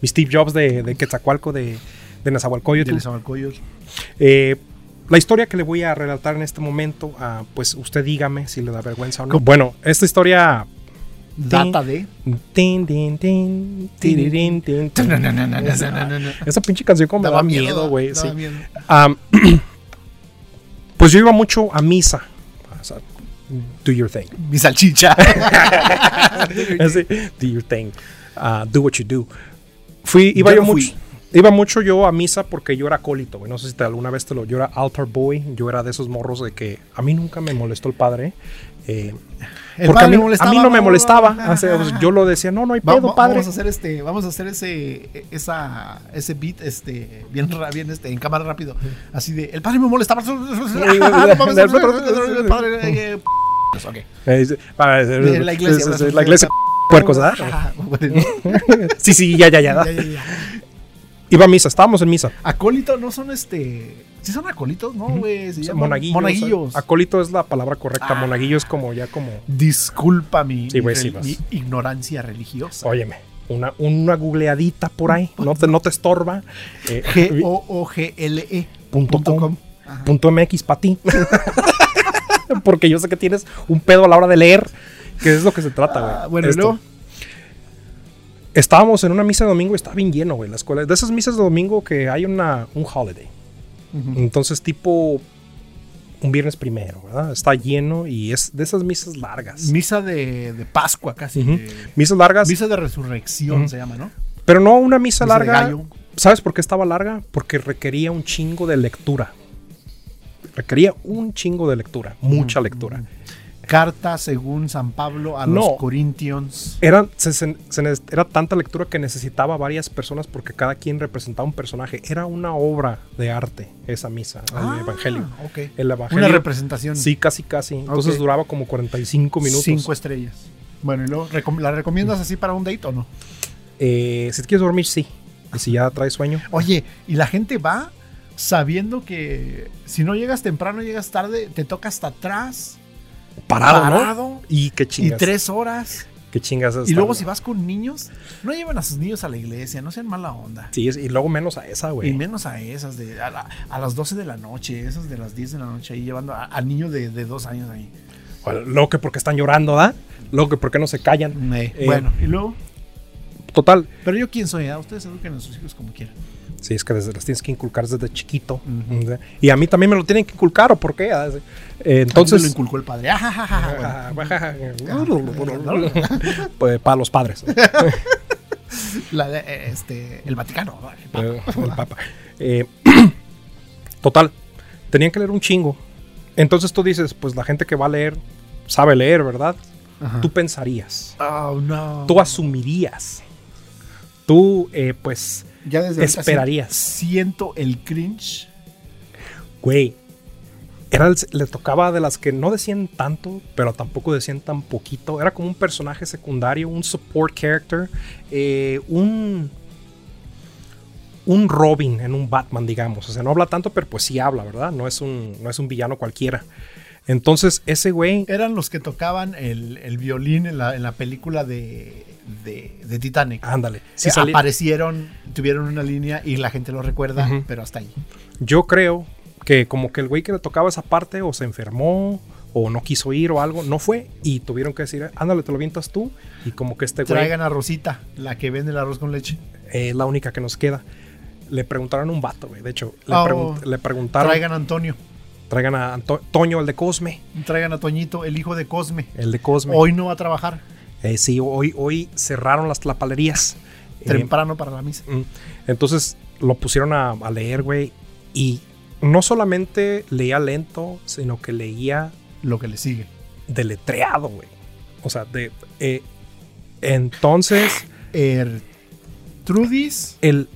mi Steve Jobs de, de Quetzacualco de, de Nezahualcóyotl. De Nezahualcóyotl. Eh, la historia que le voy a relatar en este momento, ah, pues usted dígame si le da vergüenza o no. ¿Cómo? Bueno, esta historia... Data de. Tin, tin, tin, tirirín, tin, tin. Esa pinche canción como me Daba da miedo, güey. daba sí. miedo. Am, *clears throat* pues yo iba mucho a misa. O sea, do your thing. Mi *laughs* salchicha. Así, do your thing. Ah, do what you do. Fui, iba Yo yo, no fui. mucho. Iba mucho yo a misa porque yo era acólito, güey. No sé si te- alguna vez te lo. Yo era altar boy. Yo era de esos morros de que a mí nunca me molestó el padre. eh, El porque padre a mí, me molestaba, a mí no me va, va, molestaba. *laughs* va, va, O sea, pues, va, yo lo decía, no, no hay va, pedo, va, padre. Vamos a hacer este, vamos a hacer ese, e, esa, ese beat, este, bien, ra- bien, este, en cámara rápido, así de, el padre me molestaba. *laughs* Ah, No mames, el padre, eh, ok. Eh, dice, ah, eh, De la iglesia, sí, sí, sí, ¿verdad? la iglesia, puercos, ¿verdad? Ajá, bueno, *laughs* Sí, sí, ya, ya, ya. ya, ya, ya. Iba a misa, estábamos en misa. Acólito no son este, sí son acólitos, no, güey, se Sí, llaman Monaguillos. monaguillos. Acólito es la palabra correcta. Ah. Monaguillo es como ya como. Disculpa mi, Sí, güey, mi sí, rel- vas. mi ignorancia *laughs* religiosa. Óyeme, una, una googleadita por ahí. No te, no te estorba. eh, G O O G L E Punto com. Ajá. punto MX para ti. *laughs* Porque yo sé que tienes un pedo a la hora de leer. Que es lo que se trata, güey. Ah, bueno, y Esto. luego. Estábamos en una misa de domingo y estaba bien lleno, güey, la escuela. De esas misas de domingo que hay una, un holiday. Ujú. Entonces, tipo un viernes primero, ¿verdad? Está lleno y es de esas misas largas. Misa de, de Pascua casi. Ujú. de- Misas largas, misa de resurrección Ujú. se llama, ¿no? pero no una misa, Misa de larga. gallo. ¿Sabes por qué estaba larga? Porque requería un chingo de lectura. Requería un chingo de lectura, mucha Mm, lectura. Carta según San Pablo a los No. Corintios. Era, se- se- se neces- era tanta lectura que necesitaba varias personas porque cada quien representaba un personaje. Era una obra de arte esa misa, Ah, el Evangelio. ok. El Evangelio. Una representación. Sí, casi, casi. Entonces Ok. duraba como 45 minutos. Cinco estrellas. Bueno, y luego, recom- ¿la recomiendas así para un date o no? Eh, si te quieres dormir, sí. Y si ya traes sueño. Oye, y la gente va sabiendo que si no llegas temprano, llegas tarde, te toca hasta atrás Parado, Parado. ¿no? Y qué y chingas. tres horas. Qué chingas. Y estar- luego si vas con niños, no lleven a sus niños a la iglesia, no sean mala onda. Sí, es- y luego menos a esa, güey. Y menos a esas, de, a, la- a las 12 de la noche, esas de las 10 de la noche, ahí llevando a- al niño de, de dos años ahí. O Luego que porque están llorando, ¿da? Luego que porque no se callan. Eh, bueno, y luego, Total. pero yo quién soy, ah? ustedes eduquen a sus hijos como quieran. Sí, es que desde, las tienes que inculcar desde chiquito. Ujú. Y a mí también me lo tienen que inculcar, ¿o por qué? Ah, sí. Eh, Entonces lo entonces... Ah, inculcó el padre. Ah, Ajajaja, bueno. Pues, para los padres. La de, eh, este, el Vaticano. ¿no? El Papa. Eh, el Papa. Eh, *clears throat* total, tenían que leer un chingo. Entonces tú dices, pues la gente que va a leer sabe leer, ¿verdad? Ajá. Tú pensarías, Oh, no. tú asumirías, tú eh, pues, ya desde ahorita esperarías. Siento el cringe. güey, era el- le tocaba de las que no decían tanto, pero tampoco decían tan poquito. Era como un personaje secundario, un support character, eh, un un Robin en un Batman, digamos. O sea, no habla tanto, pero pues sí habla, ¿verdad? No es un, no es un villano cualquiera. Entonces, ese güey. Eran los que tocaban el, el violín en la, en la película de, de, de Titanic. Ándale. Sí, Sí sali- aparecieron, tuvieron una línea y la gente lo recuerda, Ujú. pero hasta ahí. Yo creo que como que el güey que le tocaba esa parte o se enfermó o no quiso ir o algo, no fue y tuvieron que decir, ándale, te lo vientas tú. Y como que este güey Traigan a Rosita, la que vende el arroz con leche. eh, es la única que nos queda. Le preguntaron a un vato, güey. De hecho, le, Oh. pregun- le preguntaron, traigan, Traigan a Antonio. a Anto- Toño, el de Cosme. Traigan a Toñito, el hijo de Cosme. El de Cosme. Hoy no va a trabajar. Eh, sí, hoy, hoy cerraron las tlapalerías. Eh, Temprano para la misa. Mm. Entonces lo pusieron a, a leer, güey. Y no solamente leía lento, sino que leía Lo que le sigue. deletreado, güey. O sea, de. eh, entonces, Er, Trudis. el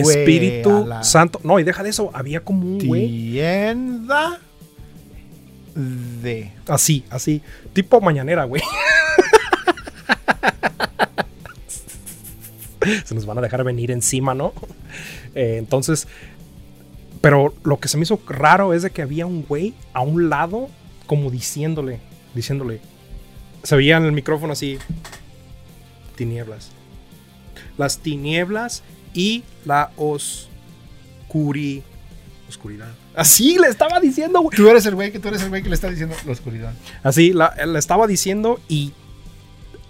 Fue a Espíritu la- Santo. No, y deja de eso. Había como un güey. Tienda de. Así, así. Tipo mañanera, güey. *laughs* Se nos van a dejar venir encima, ¿no? Eh, entonces. Pero lo que se me hizo raro es de que había un güey a un lado, como diciéndole, diciéndole. Se veía en el micrófono así. Tinieblas. Las tinieblas y la oscuri. Oscuridad. Así le estaba diciendo, güey. Tú eres el güey que tú eres el güey que le está diciendo la oscuridad. Así, la, la estaba diciendo y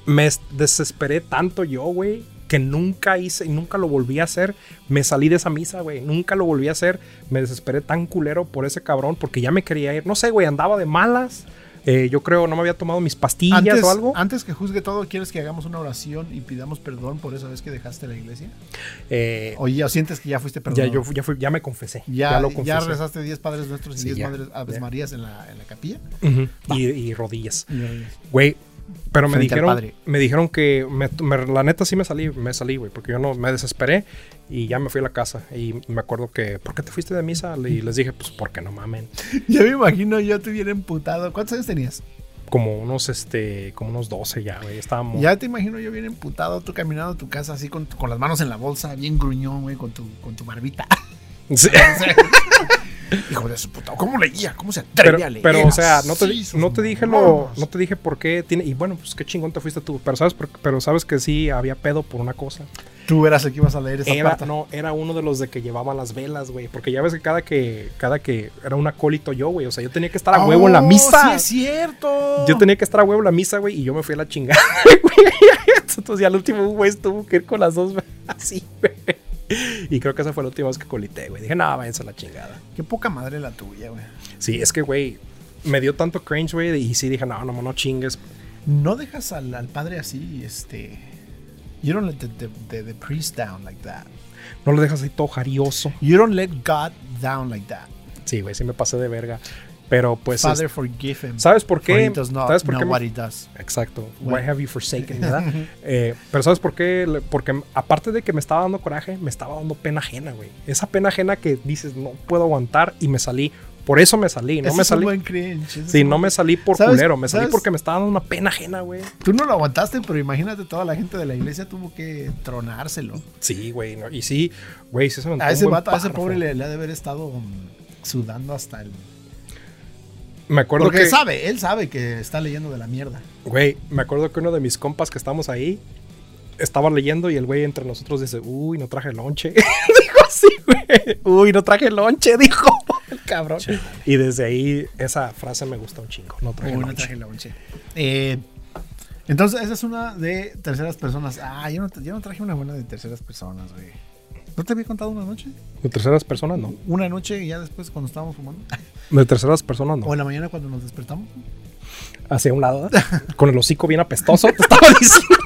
me es- desesperé tanto yo, güey, que nunca hice y nunca lo volví a hacer. Me salí de esa misa, güey, nunca lo volví a hacer. Me desesperé tan culero por ese cabrón porque ya me quería ir. No sé, güey, andaba de malas. Eh, yo creo no me había tomado mis pastillas Antes, ah, o algo. antes que juzgue todo, ¿quieres que hagamos una oración y pidamos perdón por esa vez que dejaste la iglesia? Eh, ¿O ya sientes que ya fuiste ya, perdonado? yo, fui- ya, fui- ya me confesé. oh, ya, Ya, lo ya confesé. rezaste 10 Padres Nuestros y Sí, 10 ya, Madres Aves ya. Marías en la, en la capilla. Ujú, y, y rodillas. *laughs* Yo Güey, pero me Frente al dijeron, padre. me dijeron que me- me- la neta sí me salí, me salí, güey, porque yo no me desesperé y ya me fui a la casa. Y me acuerdo que, ¿por qué te fuiste de misa? Le- Y les dije, pues porque no mamen. me imagino yo te hubiera emputado. ¿Cuántos años tenías? Como unos, este, como unos 12 ya, güey. Estábamos. Ya te imagino yo bien emputado, tú caminando a tu casa así con, con las manos en la bolsa, bien gruñón, güey, con tu, con tu barbita. *laughs* *laughs* Sí. Hijo de su puta, ¿cómo leía? ¿Cómo se atreve Pero, a leer? pero, o sea, no te, así sus no te dije lo, mamadas? no te dije por qué tiene, y bueno, pues qué chingón te fuiste tú, pero sabes, por- pero sabes que sí había pedo por una cosa. Tú eras el que ibas a leer esa Era, parte. no, era uno de los de que llevaban las velas, güey. Porque ya ves que cada que, cada que era un acólito yo, güey. O sea, yo tenía que estar a huevo en la Oh, Sí, misa. es cierto. Yo tenía que estar a huevo en la misa, güey. Y yo me fui a la chingada, *laughs* güey. Entonces ya el último, güey, tuvo que ir con las dos *laughs* así, güey. Y creo que esa fue la última vez que colité, güey. Dije, no, váyanse a la chingada. Qué poca madre la tuya, güey. Sí, es que, güey, me dio tanto cringe, güey. Y sí dije, no, no, no chingues. No dejas al, al padre así, este. You don't let the, the, the- the priest down like that. No lo dejas ahí todo jarioso. You don't let God down like that. Sí, güey, sí me pasé de verga. Pero pues. Father, es- forgive him. ¿Sabes por For qué? he does not ¿Sabes por know qué? me- what he does. Exacto. Bueno. Why have you forsaken, me, ¿verdad? Eh, pero ¿sabes por qué? Le- Porque aparte de que me estaba dando coraje, me estaba dando pena ajena, güey. Esa pena ajena que dices, no puedo aguantar y me salí. Por eso me salí, no Ese me es un salí. buen cringe, ese es Sí, un no buen- me salí por ¿Sabes? culero, me salí ¿Sabes? porque me estaba dando una pena ajena, güey. Tú no lo aguantaste, pero imagínate, toda la gente de la iglesia tuvo que tronárselo. Sí, güey, no, y sí, güey, sí se me antojó A un ese buen vato, a ese párrafo. pobre le, le ha de haber estado mm, sudando hasta el. Me acuerdo Porque que sabe, él sabe que está leyendo de la *laughs* mierda. Güey, me acuerdo que uno de mis compas que estábamos ahí estaba leyendo y el güey entre nosotros dice, uy, no traje lonche. dijo así, güey. Uy, no traje lonche, dijo *laughs* el cabrón. *laughs* Y desde ahí esa frase me gusta un chingo. No traje Uy, no lonche. traje lonche. Eh, entonces, esa es una de terceras personas. Ah, yo no, yo no traje una buena de terceras personas, güey. ¿No te había contado una noche? De terceras personas no. Una noche y ya después cuando estábamos fumando. De terceras personas O no. en la mañana cuando nos despertamos. *laughs* Hacia un lado, ¿verdad? con el hocico bien apestoso, te estaba *laughs* diciendo.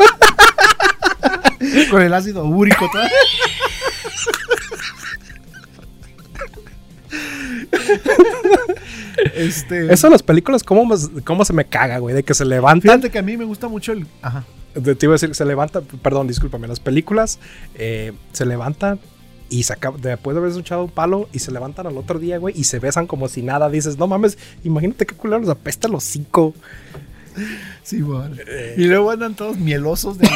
Con el ácido úrico. todo. *laughs* este, Eso en las películas, ¿cómo, me- cómo se me caga, güey? De que se levantan. Fíjate que a mí me gusta mucho el... Ajá. Te te iba a decir, se levanta, perdón, discúlpame, las películas eh, se levantan y se acab- después de haber escuchado un palo y se levantan al otro día, güey, y se besan como si nada. Dices, no mames, imagínate qué culero nos apesta los cinco. Eh, Sí, igual. Y luego andan todos mielosos de,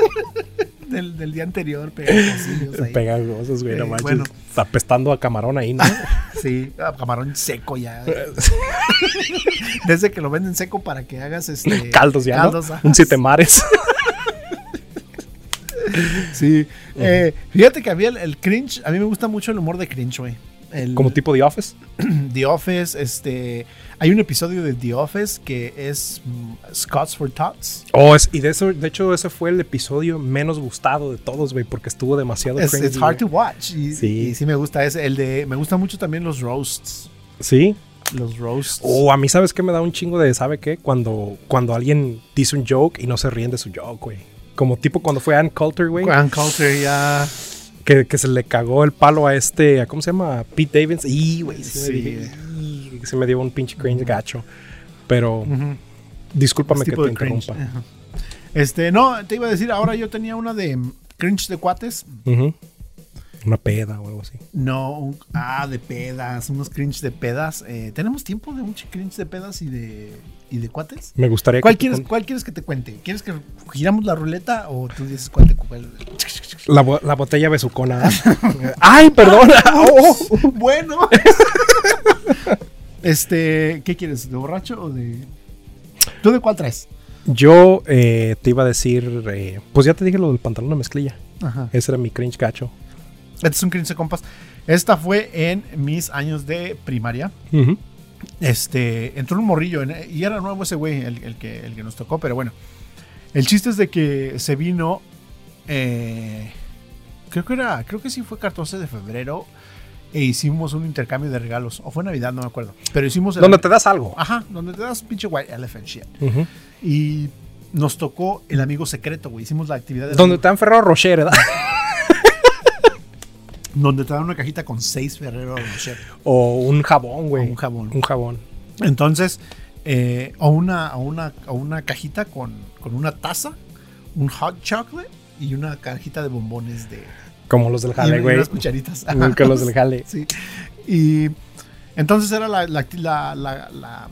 *laughs* del, del día anterior, pegajosillos ahí. Pegajosos, güey, no Eh, manches. bueno. Apestando a camarón ahí, ¿no? Sí, ah, camarón seco *laughs* ya. Desde que lo venden seco para que hagas este Caldos ya, ¿no? caldos, ajá. Un siete mares. Sí. Eh, fíjate que a mí el, el cringe, a mí me gusta mucho el humor de cringe, güey. El- Como tipo de Office. *clears throat* The Office, este, hay un episodio de The Office que es mm, Scots for Tots. Oh, es- y de, eso, de hecho ese fue el episodio menos gustado de todos, güey, porque estuvo demasiado Es cringy, it's hard to güey. watch. Y Sí. sí. y sí me gusta ese. El de, me gustan mucho también los roasts. Sí. Los roasts. O a mí, ¿sabes qué me da un chingo de sabe qué? Cuando, cuando alguien dice un joke y no se ríen de su joke, güey. Como tipo cuando fue Ann Coulter, güey, Grand Culture, ya. que, que se le cagó el palo a este, ¿a ¿cómo se llama? A Pete Davidson. Y, güey, sí, me Sí. dio- y, se me dio un pinche cringe gacho. Pero Ujú. discúlpame Ese que tipo te de cringe. interrumpa. Ajá. Este, no, te iba a decir, ahora yo tenía una de mm, cringe de cuates. Ujú. Una peda o algo así. No, un- ah, de pedas, unos cringe de pedas. Eh, ¿Tenemos tiempo de un cringe de pedas y de, y de cuates? Me gustaría ¿Cuál tú quieres, con- ¿Cuál quieres que te cuente? ¿Quieres que giramos la ruleta o tú dices cuál te cuál? La, bo- la botella besucona. *laughs* ¡Ay, perdón! *laughs* Oh, oh. *laughs* Bueno. *laughs* este, ¿qué quieres? ¿De borracho o de.? ¿Tú de cuál traes? Yo eh, te iba a decir, eh, pues ya te dije lo del pantalón de mezclilla. Ajá. Ese era mi cringe gacho. Este es un 15 compas. Esta fue en mis años de primaria. Ujú. Este, entró un morrillo en- y era nuevo ese güey, el, el que, el que nos tocó, pero bueno. El chiste es de que se vino, eh, creo que era, creo que sí fue 14 de febrero e hicimos un intercambio de regalos, o fue Navidad, no me acuerdo, pero hicimos... el- Donde te das algo. Ajá, donde te das pinche white elephant shit. Ujú. Y nos tocó el amigo secreto, güey, hicimos la actividad... del Donde amigo- te han ferrado Rocher, ¿verdad? donde te dan una cajita con seis Ferrero Rocher, *laughs* O un jabón, güey. o un jabón. Un jabón. Entonces, eh, o, una, o una, o una cajita con, con una taza, un hot chocolate y una cajita de bombones de Como los del y- jale, y güey. unas cucharitas. Nunca los del jale. *laughs* Sí. Y entonces era la, la, acti- la, la, la-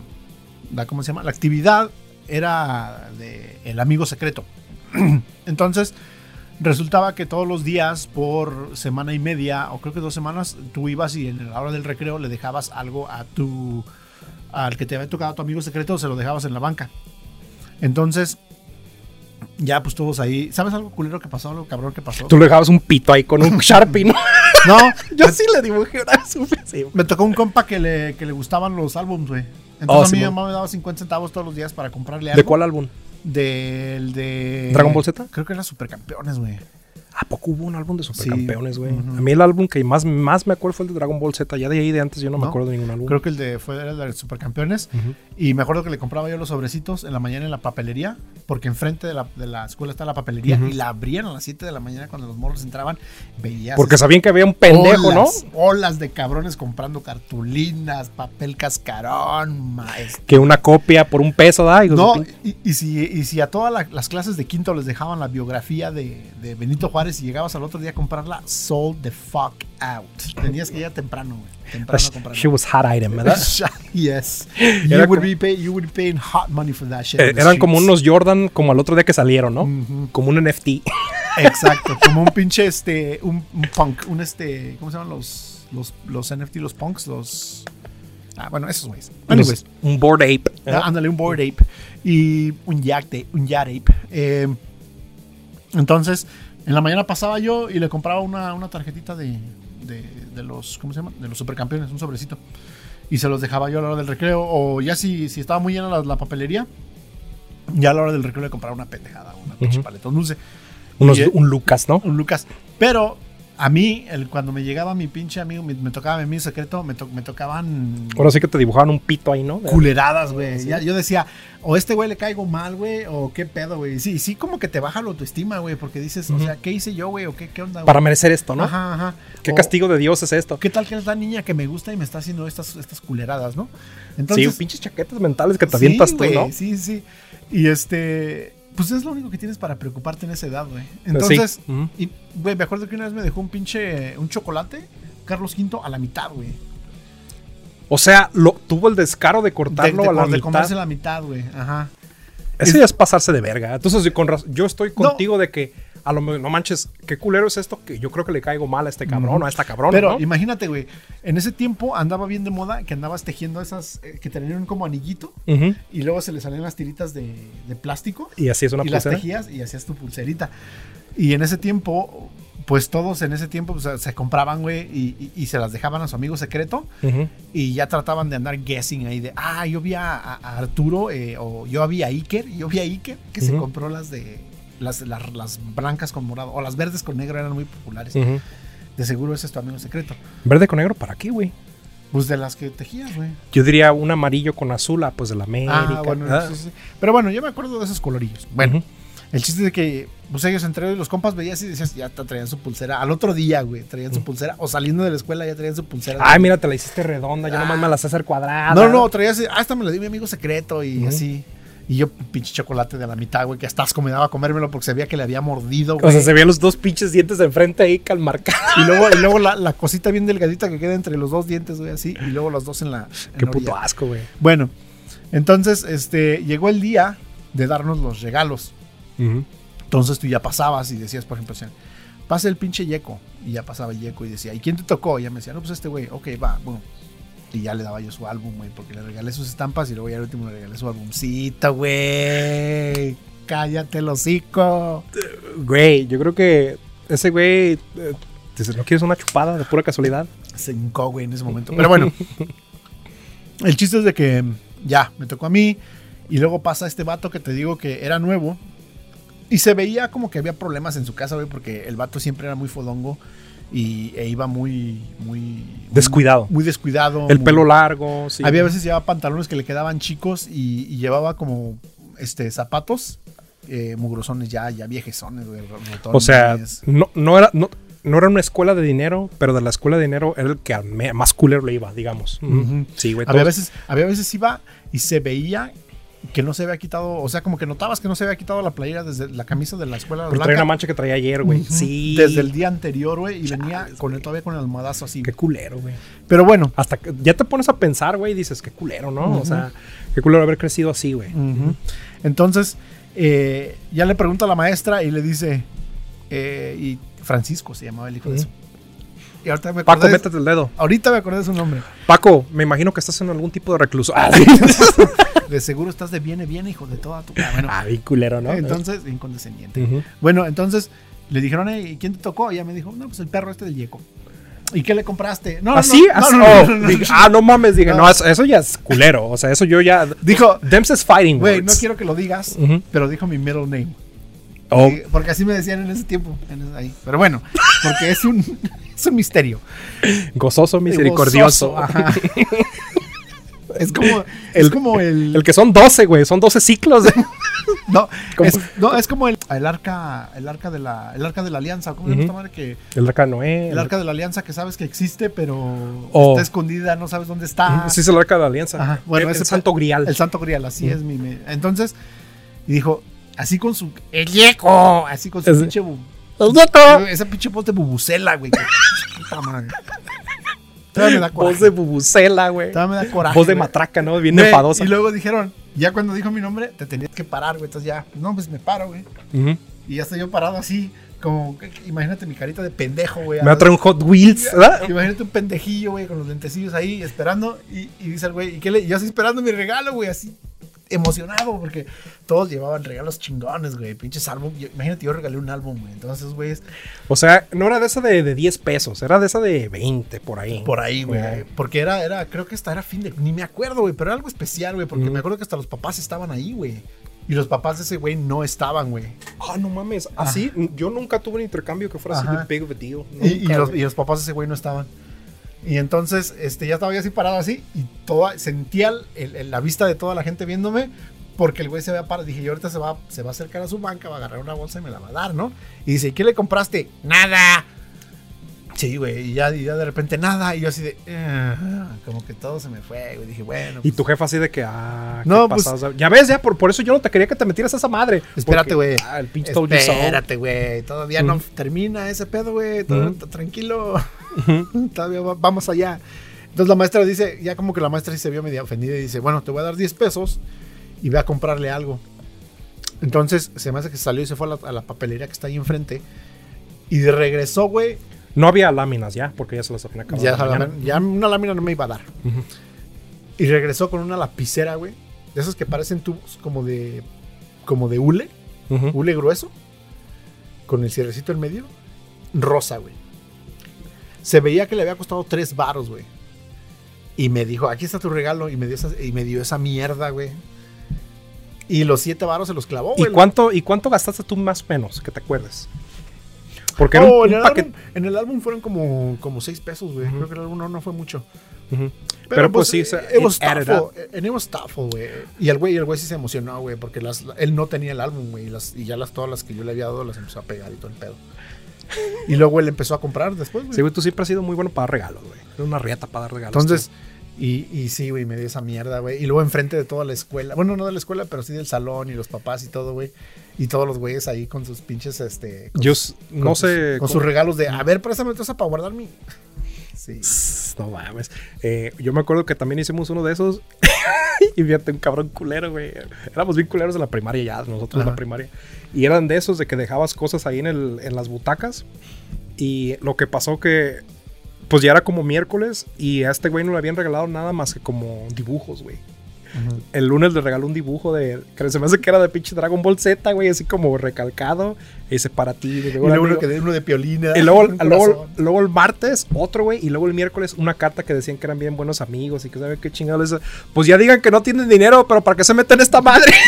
la- ¿cómo se llama? La actividad era de el amigo secreto. *clears throat* Entonces, resultaba que todos los días, por semana y media, o creo que dos semanas, tú ibas y en la hora del recreo le dejabas algo a tu. al que te había tocado tu amigo secreto, se lo dejabas en la banca. Entonces. Ya, pues todos ahí. ¿Sabes algo culero que pasó? Algo cabrón que pasó. Tú le dejabas un pito ahí *laughs* con un Sharpie, ¿no? No, Yo sí le dibujé una vez un *laughs* beso. Me tocó un compa que le, que le gustaban los álbums, güey. Oh, Entonces a mi Simón. mamá me daba 50 centavos todos los días para comprarle algo. ¿De cuál álbum? Del de... ¿Dragon Ball Z? Creo que era Supercampeones, güey. ¿A poco hubo un álbum de supercampeones, güey? Ujú. A mí el álbum que más, más me acuerdo fue el de Dragon Ball Z. Ya de ahí de antes yo no, me No, acuerdo de ningún álbum. Creo que el de fue era el de Supercampeones. Ujú. Y me acuerdo que le compraba yo los sobrecitos en la mañana en la papelería, porque enfrente de la, de la escuela está la papelería Ujú. y la abrían a las 7 de la mañana cuando los morros entraban. Veías Porque esas sabían que había un pendejo, ¿no? olas, Olas de cabrones comprando cartulinas, papel cascarón, maestro. Que una copia por un peso da. Y No, y, y si, y si a todas la- las clases de quinto les dejaban la biografía de, de Benito Juárez y llegabas al otro día a comprarla, sold the fuck out. Tenías que ir a temprano, güey. Temprano a She comprarla. was hot *laughs* item, ¿verdad? yes. Era You would, como- be pay- you would be paying hot money for that shit. Eh, on the eran como streets. unos Jordan, como al otro día que salieron, ¿no? Ujú. Como un *laughs* NFT. Exacto, como un pinche este, un, un punk, un este, ¿cómo se llaman los, los, los NFT, los punks, los... Ah, bueno, esos güeyes. Anyways. Unos- un board ape. ¿eh? Ah, Ándale, un board ape y un yak de, un yard ape. Eh, entonces, en la mañana pasaba yo y le compraba una, una tarjetita de, de, de los, ¿cómo se llama? De los supercampeones, un sobrecito. Y se los dejaba yo a la hora del recreo. O ya si, si estaba muy llena la, la papelería, ya a la hora del recreo le compraba una pendejada, una pinche Ujú. paleta, un dulce, Unos- Y- un Lucas, ¿no? un Lucas. Pero a mí, el, cuando me llegaba mi pinche amigo, me, me tocaba mi amigo secreto, me, to- me tocaban Ahora sí que te dibujaban un pito ahí, ¿no? De- culeradas, güey. Ya, Yo decía, o este güey le caigo mal, güey, o qué pedo, güey. Sí, sí, como que te baja la autoestima, güey, porque dices, o sea, ¿qué hice yo, güey? ¿O qué, qué onda, güey? Para merecer esto, ¿no? Ajá, ajá. ¿Qué O, castigo de Dios es esto? ¿Qué tal que es la niña que me gusta y me está haciendo estas, estas culeradas, no? sí, pinches chaquetas mentales que te avientas sí, tú, güey, ¿no? Sí, sí. Y este. Pues es lo único que tienes para preocuparte en esa edad, güey. Entonces, Ujú. y, güey, me acuerdo que una vez me dejó un pinche. un chocolate, Carlos V, a la mitad, güey. O sea, lo, tuvo el descaro de De, cortarlo de- a la de mitad. comerse la mitad, güey. Ajá. Eso ya es pasarse de verga. Entonces, yo, con raz- yo estoy contigo de que a lo mejor, no manches, qué culero es esto que yo creo que le caigo mal a este cabrón o a esta cabrona. Pero ¿no? imagínate, güey, en ese tiempo andaba bien de moda que andabas tejiendo esas eh, que tenían como anillito Ujú. y luego se le salían las tiritas de, de plástico Y así es una y las pulsera. tejías y hacías tu pulserita. Y en ese tiempo, pues todos en ese tiempo pues, se compraban, güey, y, y- y se las dejaban a su amigo secreto Ujú. y ya trataban de andar guessing ahí de, ah, yo vi a, a Arturo eh, o yo vi a Iker, yo vi a Iker que se Ujú. compró las de las, las, las blancas con morado o las verdes con negro eran muy populares. Ujú. De seguro ese es tu amigo secreto. Verde con negro, ¿para qué, güey? Pues de las que tejías, güey. Yo diría un amarillo con azul, ah, pues de la América. Ah, bueno, Ah. sí, sí, sí. Pero bueno, yo me acuerdo de esos colorillos. Bueno, Ujú. el chiste es que pues ellos entre ellos, los compas veías y decías, ya te traían su pulsera. Al otro día, güey, traían su pulsera. O saliendo de la escuela ya traían su pulsera. Ay, mira, te la hiciste redonda, yo nomás me la sé hacer cuadrada. Ah. No, no, traías, ah, esta me la dio mi amigo secreto y Ujú. así. Y yo, pinche chocolate de la mitad, güey, que hasta asco me daba comérmelo porque se veía que le había mordido, O güey. sea, se veían los dos pinches dientes de enfrente ahí calmarcados. Y luego, y luego la, la cosita bien delgadita que queda entre los dos dientes, güey, así. Y luego los dos en la. en Qué la puto orilla. asco, güey. Bueno, entonces, este, llegó el día de darnos los regalos. Entonces tú ya pasabas y decías, por ejemplo, decían, pasa el pinche yeco. Y ya pasaba el yeco y decía, ¿y quién te tocó? Y ya me decía, no, pues este güey, ok, va, bueno. Y ya le daba yo su álbum, güey, porque le regalé sus estampas y luego ya al último le regalé su álbumcito, güey. Cállate el hocico. Güey, yo creo que ese güey. eh, dice, ¿No quieres una chupada de pura casualidad? Se hincó, güey, en ese momento. Pero *laughs* bueno, el chiste es de que ya, me tocó a mí. Y luego pasa este vato que te digo que era nuevo. Y se veía como que había problemas en su casa, güey, porque el vato siempre era muy fodongo. Y e iba muy, muy. Descuidado. Muy descuidado. El muy- pelo largo, sí. Había veces llevaba pantalones que le quedaban chicos y, y llevaba como este zapatos eh, mugrosones ya, ya viejezones, güey. O sea, rotones. no, no era. No, no era una escuela de dinero, pero de la escuela de dinero era el que al me- más culero le iba, digamos. Ujú. Sí, güey. Había todos- veces, había veces iba y se veía que no se había quitado, o sea, como que notabas que no se había quitado la playera desde la camisa de la escuela Pero traía blanca una mancha que traía ayer, güey. Sí. desde el día anterior, güey, y venía con el, todavía con el almohadazo así. Qué culero, güey. Pero bueno, Hasta que ya te pones a pensar, güey, y dices, qué culero, ¿no? Ujú. Mm. O sea, qué culero haber crecido así, güey. ujú. entonces eh, ya le pregunta a la maestra y le dice, eh, y Francisco se llamaba el hijo de Ujú. su. Y ahorita me Paco, acordé de- métete el dedo. ahorita me acordé de su nombre. Paco, me imagino que estás en algún tipo de recluso. *laughs* Ah, *laughs* De seguro estás de viene, viene, hijo de toda tu. Ah, bueno, Ah, bien culero, ¿no? entonces, incondescendiente. Ujú. Bueno, entonces le dijeron, "Ey, ¿quién te tocó? Y ella me dijo, no, pues el perro este del Yeco. ¿Y qué le compraste? No, no, Así, no, así- no, no, oh, no, no, dije, no". ah, no mames, dije, No. no, eso, eso ya es culero. O sea, eso yo ya. Dijo, Dems is fighting güey, no words. quiero que lo digas, Ujú. pero dijo mi middle name. Oh, Y- Porque así me decían en ese tiempo, en ese- ahí. Pero bueno, porque es un, *laughs* es un misterio. gozoso, misericordioso. Gozoso, *laughs* ajá. Es como, es El- como el... El que son 12, güey, son 12 *laughs* ciclos. de- no, como- es, no, es como el, el arca, el arca de la, el arca de la alianza, ¿cómo se llama Ujú. esta madre que El arca de Noé. el arca de la alianza que sabes que existe, pero Oh. está escondida, no sabes dónde está. Sí, Mm. es el arca de la alianza. Ah. Ajá, bueno, el, el ese- santo grial. El Santo Grial, así es mi. me- Entonces, y dijo, así con su. ¡El yeco! Así con su Ese- pinche. bu- ¡El nieto! esa pinche voz de bubucela, güey. que- *laughs* puta madre. Todavía me da coraje. Voz de bubucela, güey. Todavía me da coraje. Voz de güey. matraca, ¿no? Bien Güey, enfadosa. Y luego dijeron, ya cuando dijo mi nombre, te tenías que parar, güey. Entonces ya, no, pues me paro, güey. Ujú. Y ya estoy yo parado así, como. Imagínate mi carita de pendejo, güey. Me va a traer un Hot Wheels, ¿verdad? *laughs* Imagínate un pendejillo, güey, con los lentecillos ahí esperando. Y, y dice el güey, ¿y qué le? y Yo estoy esperando mi regalo, güey, así emocionado, porque todos llevaban regalos chingones, güey, pinches álbum. yo- imagínate, yo regalé un álbum, güey. Entonces, güey, es O sea, no era de esa de, de 10 pesos, era de esa de 20 por ahí. por ahí, güey. Ajá. Porque era, era, creo que esta era fin de. Ni me acuerdo, güey, pero era algo especial, güey, porque Ujú. me acuerdo que hasta los papás estaban ahí, güey. Y los papás de ese güey no estaban, güey. Ah, no mames. Así, yo nunca tuve un intercambio que fuera así Ajá. de big of a deal. Y, y Nunca, los, güey. y los papás de ese güey no estaban. Y entonces, este, ya estaba yo así parado así y toda, sentía el- el- el- la vista de toda la gente viéndome porque el güey se había parado. Dije, yo ahorita se va, se va a acercar a su banca, va a agarrar una bolsa y me la va a dar, ¿no? Y dice, "¿Y ¿qué le compraste? Nada. Sí, güey, y ya, y ya de repente nada. Y yo así de, "Ah", como que todo se me fue, güey. Dije, bueno. Y pues, tu jefa así de que, ah, No, no, pues- ya ves, ya por, por eso yo no te quería que te metieras a esa madre. Espérate, Porque, güey. Ah, el pinche told you so. Espérate, güey. Todavía no Ujú. termina ese pedo, güey. todavía- Ujú. Tranquilo. Ujú. *laughs* Todavía va- vamos allá. Entonces la maestra dice, ya como que la maestra sí se vio media ofendida y dice, bueno, te voy a dar 10 pesos y voy a comprarle algo. Entonces, se me hace que salió y se fue a la, a la papelería que está ahí enfrente. Y de regresó, güey. No había láminas ya, porque ya se las habían acabado. Ya, en la la mañana. lámina- ya una lámina no me iba a dar. Ujú. Y regresó con una lapicera, güey. De esas que parecen tubos como de. como de hule. Ujú. Hule grueso. Con el cierrecito en medio. Rosa, güey. Se veía que le había costado tres varos, güey. Y me dijo, aquí está tu regalo. Y me dio esa, y me dio esa mierda, güey. Y los siete varos se los clavó, ¿Y güey. cuánto, ¿Y cuánto gastaste tú más o menos, que te acuerdes? Porque era un- Oh, un en, el paquete- álbum, en el álbum fueron como, como seis pesos, güey. Creo que el álbum no, eh, no fue mucho. Ujú. Pero pues sí, se- it was it added thoughtful. up. And it was thoughtful, güey. Y el güey, el güey sí se emocionó, güey, porque las, él no tenía el álbum, güey, y, las- y ya las todas las que yo le había dado las empezó a pegar y todo el *laughs* pedo. Y luego él empezó a comprar después, güey. Sí, güey, tú siempre has sido muy bueno para dar regalos, güey. Era una riata para dar regalos. Entonces, tú. y, y sí, güey, me dio esa mierda, güey. Y luego enfrente de toda la escuela, bueno, no de la escuela, pero sí del salón y los papás y todo, güey. Y todos los güeyes ahí con sus pinches, este, con yo sus- s- no con sus- sé. con cómo- sus regalos de, a ver, préstame tu esa para guardar mi... Sí. No mames. Eh, yo me acuerdo que también hicimos uno de esos. *laughs* y fíjate, un cabrón culero, güey. Éramos bien culeros en la primaria ya, nosotros en Ajá. la primaria. Y eran de esos de que dejabas cosas ahí en, el- en las butacas. Y lo que pasó que. Pues ya era como miércoles y a este güey no le habían regalado nada más que como dibujos, güey. Ujú. El lunes le regaló un dibujo de. Que se me hace que era de pinche Dragon Ball Z, güey, así como recalcado. Y dice para ti. de- Y luego uno, que de, uno de piolina. y *laughs* luego, un luego, corazón. luego el martes, otro, güey. Y luego el miércoles, una carta que decían que eran bien buenos amigos y que sabe qué chingado es. Pues ya digan que no tienen dinero, pero ¿para qué se meten esta madre? *laughs*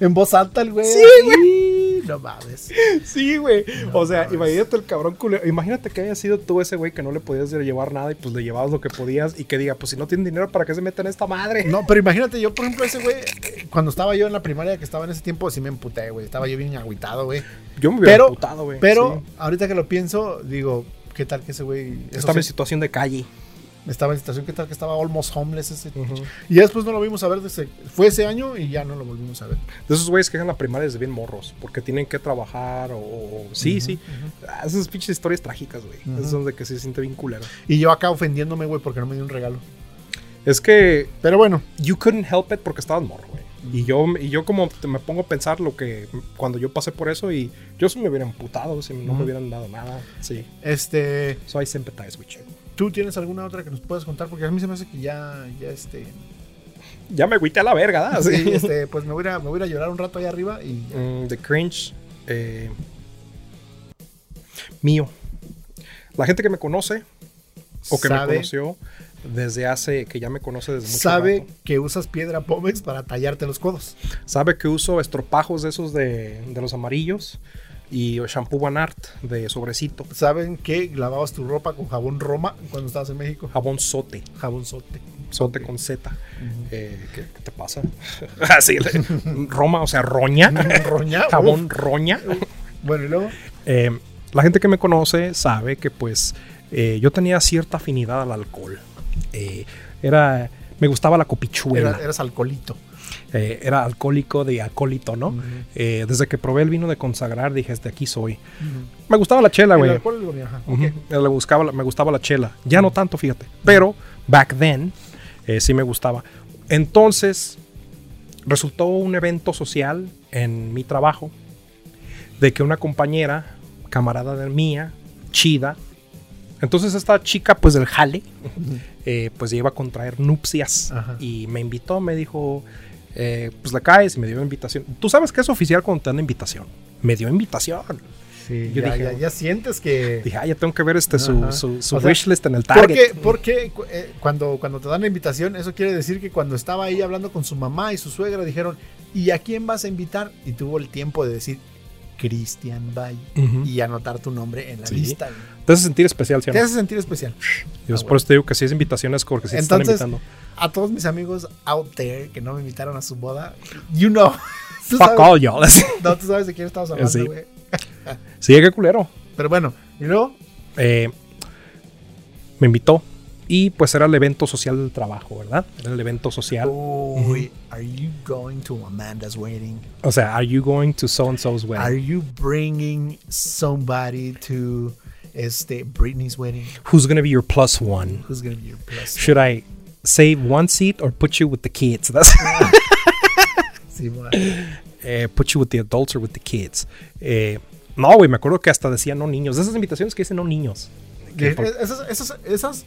En voz alta el güey. Sí, Y- No mames. sí, güey. No o sea, mames. imagínate el cabrón culero. Imagínate que haya sido tú ese güey que no le podías llevar nada y pues le llevabas lo que podías y que diga, pues si no tienen dinero, ¿para qué se meten esta madre? No, pero imagínate, yo, por ejemplo, ese güey, eh, cuando estaba yo en la primaria, que estaba en ese tiempo, sí me emputé, güey. Estaba yo bien agüitado, güey. Yo me hubiera Pero, emputado, güey. pero sí. ahorita que lo pienso, digo, ¿qué tal que ese güey eso Estaba en sí, situación de calle. estaba en situación? ¿Qué tal que estaba almost homeless ese? Ujú. Y ya después no lo vimos a ver desde. Fue ese año y ya no lo volvimos a ver. De esos güeyes que dejan la primaria desde bien morros, porque tienen que trabajar o... o- sí, sí. Ah, Esas pinches historias trágicas, güey. Ujú. Esas son de que se siente bien culero. Y yo acá ofendiéndome, güey, porque no me dio un regalo. Es que Pero bueno, you couldn't help it porque estabas morro, güey. Y yo, y yo como te- me pongo a pensar lo que cuando yo pasé por eso y yo sí me hubiera amputado si no me Ujú. hubieran dado nada. Sí. este. So I sympathize with you. ¿Tú tienes alguna otra que nos puedas contar? Porque a mí se me hace que ya, ya este. Ya me agüité a la verga, ¿da? Sí, Sí. este, pues me voy, a, me voy a ir a llorar un rato allá arriba y ya. Mm, the cringe eh, mío. La gente que me conoce o que me Sabe. conoció desde hace, que ya me conoce desde mucho sabe rato, que usas piedra Pómex para tallarte los codos. sabe que uso estropajos de esos de, de los amarillos y shampoo Banart de sobrecito. Saben que lavabas tu ropa con jabón Roma cuando estabas en México. jabón sote, Jabón *laughs* sote. sote con Z. Eh, ¿qué, qué te pasa? *laughs* Así, le- Roma, o sea, roña. *laughs* Roña, jabón roña. Bueno, y luego. *laughs* Eh, la gente que me conoce sabe que pues eh, yo tenía cierta afinidad al alcohol. Eh, era, me gustaba la copichuela. era- eras alcoholito. Eh, era alcohólico de acólito, ¿no? Ujú. Eh, desde que probé el vino de consagrar dije, de aquí soy. Me gustaba la chela, El güey. alcohol, digo, mira, ajá. Ujú. Le buscaba, la- me gustaba la chela. Ya no tanto, fíjate. Pero back then eh, sí me gustaba. Entonces resultó un evento social en mi trabajo de que una compañera, camarada de mía, chida. Entonces esta chica pues del jale, eh, pues ya iba a contraer nupcias Ajá. y me invitó, me dijo, eh, pues la caes y me dio invitación. Tú sabes que es oficial cuando te dan invitación. Me dio invitación. Sí, Yo ya, dije, ya- ya sientes que. Dije, ah, ya tengo que ver este su, Ajá. su, su O sea, wishlist en el target. Porque, porque cu- eh, cuando, cuando te dan la invitación, eso quiere decir que cuando estaba ahí hablando con su mamá y su suegra, dijeron, ¿y a quién vas a invitar? Y tuvo el tiempo de decir, Cristian Bay, Ujú. y anotar tu nombre en la Sí. lista. güey. Te hace sentir especial, ¿sí o no? Te hace sentir especial. Yo Ah, por eso te digo que si es invitaciones porque si te Entonces- están invitando. A todos mis amigos out there que no me invitaron a su boda, you know. *laughs* Tú Fuck sabes- all y'all. *laughs* No, tú sabes de quién estamos hablando, Sí. güey. sí, qué culero. Pero bueno, y luego, Eh, me invitó. Y pues era el evento social del trabajo, ¿verdad? Era el evento social. uy, are you going to Amanda's wedding? O sea, are you going to so and so's wedding? Are you bringing somebody to este Britney's wedding? Who's gonna be your plus one? Who's gonna be your plus? Should I save one seat or put you with the kids? That's- Sí, *coughs* ma. *laughs* eh, put you with the adults or with the kids. Eh, no, güey, me acuerdo que hasta decía no niños. De esas invitaciones que dicen no niños. Que Que por- Esas, esas, esas-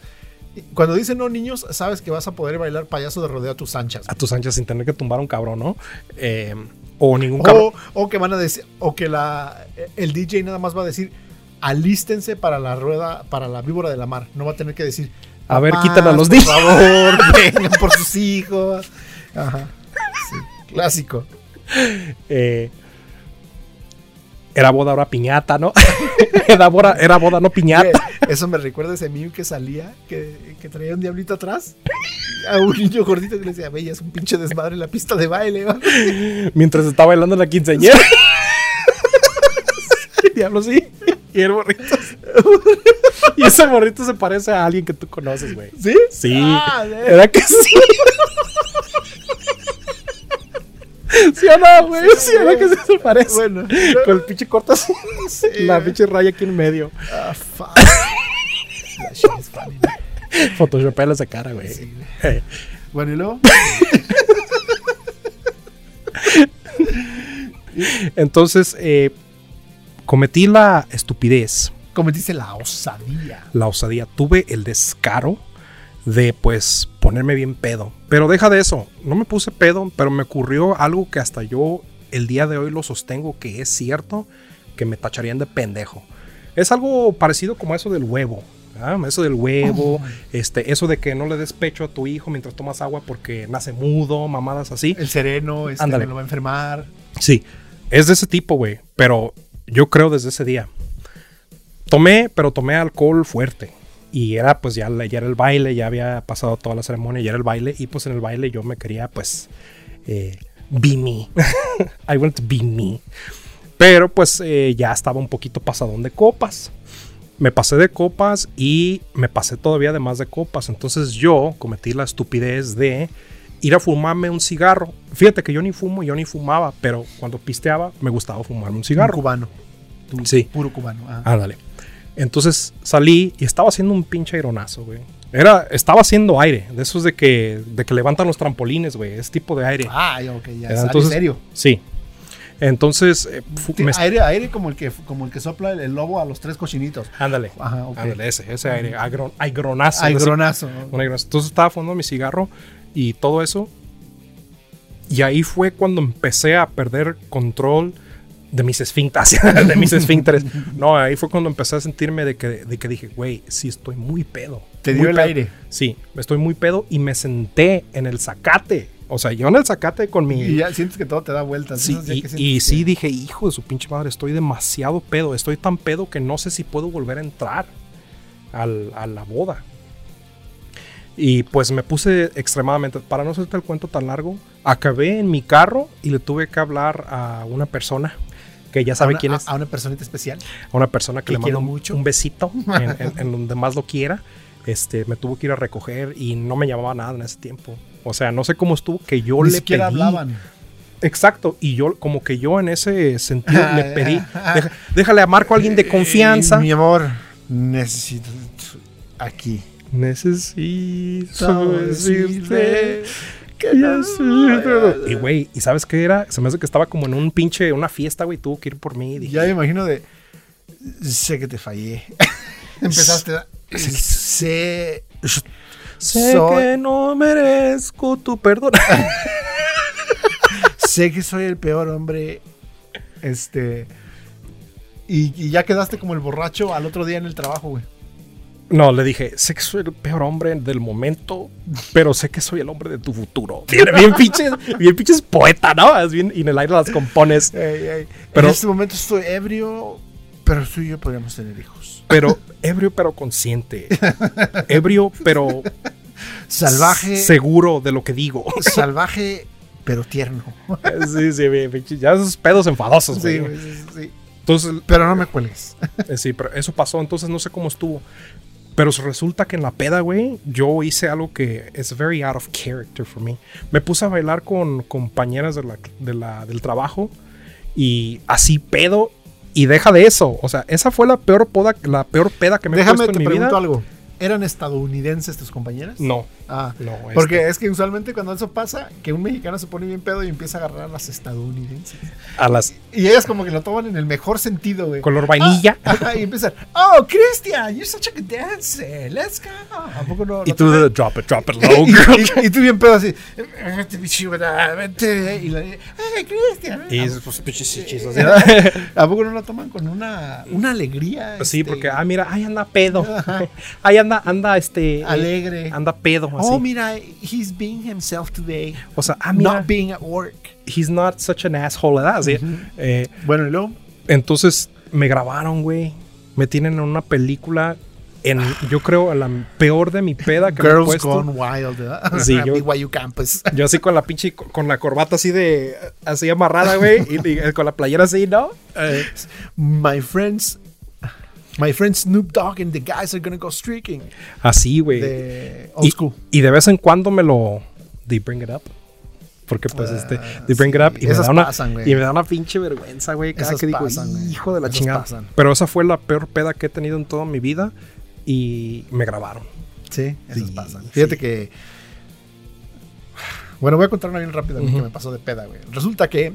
cuando dicen no niños, sabes que vas a poder bailar payaso de rodeo a tus anchas. a tus anchas sin tener que tumbar a un cabrón, ¿no? Eh, o ningún cabrón. O, o que van a decir, o que la, el DJ nada más va a decir, alístense para la rueda, para la víbora de la mar. No va a tener que decir, a ver, "Más, quítala a los Por niños. favor, vengan por sus hijos. Ajá. Sí, clásico. *laughs* Eh, era boda, ahora piñata, ¿no? *laughs* era, boda, era boda, no piñata. Que Eso me recuerda a ese mío que salía, que, que traía un diablito atrás. A un niño gordito que le decía, bella, es un pinche desmadre en la pista de baile. ¿va?". Mientras estaba bailando en la quinceañera. *laughs* Diablo, sí. Y el morrito. *laughs* y ese morrito se parece a alguien que tú conoces, güey. ¿Sí? Sí. Ah, de- ¿Era que sí? *laughs* ¿Sí o no, güey? Sí, Sí, era que sí se parece. Bueno. *laughs* Con el pinche corta así. *laughs* Sí, La güey. pinche raya aquí en medio. Ah, fuck. That shit is *laughs* funny, man. Photoshopéala esa cara, güey. Sí, güey. Eh, Bueno, y luego. Entonces, eh, cometí la estupidez, Cometiste la osadía. la osadía. Tuve el descaro de, pues, ponerme bien pedo. Pero deja de eso. No me puse pedo, pero me ocurrió algo que hasta yo el día de hoy lo sostengo que es cierto, que me tacharían de pendejo. Es algo parecido como eso del huevo. ¿ah? Eso del huevo, este, eso de que no le des pecho a tu hijo mientras tomas agua porque nace mudo, mamadas así. El sereno, este, Ándale. me lo va a enfermar. Sí, es de ese tipo, güey. Pero yo creo desde ese día. Tomé, pero tomé alcohol fuerte. Y era, pues ya, la- ya era el baile, ya había pasado toda la ceremonia, ya era el baile. Y pues en el baile yo me quería, pues, eh, be me. *laughs* I want to be me. Pero pues eh, ya estaba un poquito pasadón de copas. Me pasé de copas y me pasé todavía de más de copas. Entonces yo cometí la estupidez de ir a fumarme un cigarro. Fíjate que yo ni fumo, yo ni fumaba, pero cuando pisteaba me gustaba fumarme un Un cigarro. cubano. Tú, Sí. Puro cubano. ah. Ándale. Entonces salí y estaba haciendo un pinche aeronazo, güey. Era, estaba haciendo aire, de esos de que, de que levantan los trampolines, güey, ese tipo de aire. Ah, ya, ok, ya. Era, sale entonces- serio. Sí. Entonces, eh, fu- Sí, me- aire, aire como el que como el que sopla el, el lobo a los tres cochinitos. ándale, Ajá, ok. ándale, ese, ese aire, agron, aigronazo. de Ay, ese- gronazo. un aigronazo. Entonces estaba fumando mi cigarro y todo eso. Y ahí fue cuando empecé a perder control de mis esfínteres, *laughs* *laughs* de mis esfínteres. No, ahí fue cuando empecé a sentirme de que, de que dije, güey, sí estoy muy pedo. Te Muy dio el pedo". aire. Sí, estoy muy pedo y me senté en el zacate. O sea, yo en el zacate con mi... Y ya sientes que todo te da vueltas. Sí, Esas ya y, que y sientes sí que- dije, hijo de su pinche madre, estoy demasiado pedo, estoy tan pedo que no sé si puedo volver a entrar al- a la boda. Y pues me puse extremadamente, para no hacerte el cuento tan largo, acabé en mi carro y le tuve que hablar a una persona que ya a sabe una, quién a- es, A, una personita especial. a una persona que que le quiero mando un- mucho. *laughs* un besito en, en- en donde más lo quiera. Este, me tuvo que ir a recoger y no me llamaba nada en ese tiempo. O sea, no sé cómo estuvo que yo Ni le siquiera pedí. hablaban. Exacto, y yo como que yo en ese *laughs* sentido Ah, le ya. pedí, "Deja- déjale a Marco a alguien de confianza. Eh, mi amor, necesito aquí. Necesito Todo decirte decirte que ya soy todo. Y güey, ¿y sabes qué era? Se me hace que estaba como en un pinche, una fiesta, güey, tuvo que ir por mí. y dije, Ya me imagino de. Sé que te *laughs* fallé. Empezaste. a- Sé. sé soy- que no merezco tu perdón. *laughs* Sé que soy el peor hombre. Este. Y, y ya quedaste como el borracho al otro día en el trabajo, güey. no, le dije, sé que soy el peor hombre del momento, pero sé que soy el hombre de tu futuro. Bien, bien pinches, bien pinches poeta, ¿no? Es bien, y en el aire las compones. Pero- en este momento estoy ebrio, pero tú y yo podríamos tener hijos. pero ebrio pero consciente. Ebrio pero Salvaje, seguro de lo que digo. *laughs* salvaje, pero tierno. *laughs* sí, sí, bien, pinche, ya esos pedos enfadosos, güey. Sí, güey, sí, sí. Entonces, Pero no me cuelgues. eh, sí, pero eso pasó, entonces no sé cómo estuvo. Pero resulta que en la peda, güey, yo hice algo que es very out of character for me. Me puse a bailar con compañeras de la- de la- del trabajo y así pedo y deja de eso. O sea, esa fue la peor poda, la peor peda que me he Déjame puesto te en mi pregunto vida. algo. ¿Eran estadounidenses tus compañeras? No, Ah, No, este. porque es que usualmente cuando eso pasa, que un mexicano se pone bien pedo y empieza a agarrar a las estadounidenses. A las Y ellas como que lo toman en el mejor sentido, güey. color vainilla. Ah, ajá, y empiezan, oh, Christian, you're such a good dancer, let's go. ¿A poco no? y no tú, oh, te- drop it, drop it low, *laughs* y, girl. y- y tú bien pedo así, "Vente, mi chihuahua, vente", y la "Ay, Cristian. *laughs* Y ¿A- es, pues, pinches chichis, así. ¿A, poco no la toman con una, una alegría? Sí, este, porque, ah, mira, ahí anda pedo. Ajá. *laughs* Ahí anda, anda, este. eh, Alegre. Anda pedo, así. Oh, mira, he's being himself today, o sea, ah, mira, not being at work. he's not such an asshole, ¿verdad? Así, eh, Bueno, y luego, entonces, me grabaron, güey. Me tienen en una película. En, yo creo, la peor de mi peda que me he Girls puesto. Gone Wild, ¿verdad? *laughs* Sí, yo- BYU Campus. Yo así con la pinche, con la corbata así de, así amarrada, güey, y, y con la playera así, ¿no? Eh, My friends, my friend Snoop Dogg and the guys are gonna go streaking. así, güey. De y, old school. y de vez en cuando me lo, they bring it up. Porque pues Ah, este, they bring it up y sí, me, esas da una, pasan, güey. y me da una pinche vergüenza, güey, cada Esas que digo, pasan, güey. hijo de la Esas chingada. pasan. Pero esa fue la peor peda que he tenido en toda mi vida y me grabaron. Sí, esas Sí, pasan. sí. Fíjate que. Bueno, voy a contar una bien rápida güey, que me pasó de peda, güey. Resulta que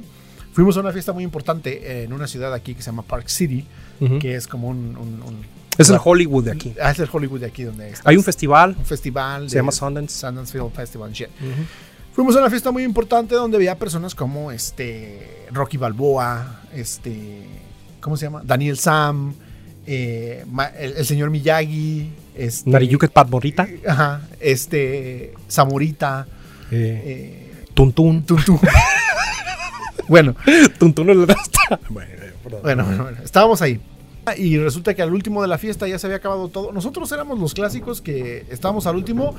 fuimos a una fiesta muy importante en una ciudad aquí que se llama Park City, Ujú. que es como un. un- un- Es el la- Hollywood de aquí. Ah, es el Hollywood de aquí donde está. Hay un festival, un festival. se de- llama Sundance. Sundance Film Festival. shit. Ujú. Fuimos a una fiesta muy importante donde había personas como este Rocky Balboa, este, ¿cómo se llama? Daniel Sam, eh, ma- el, el señor Miyagi, este, Nariyuket Pat Morita, Ajá, este, Samurita, eh, eh, *laughs* Tuntun. Tuntú. *laughs* bueno, Tuntun el rasta. *laughs* Bueno, eh, perdón. bueno, bueno, bueno, estábamos ahí. Y resulta que al último de la fiesta ya se había acabado todo. Nosotros éramos los clásicos que estábamos al último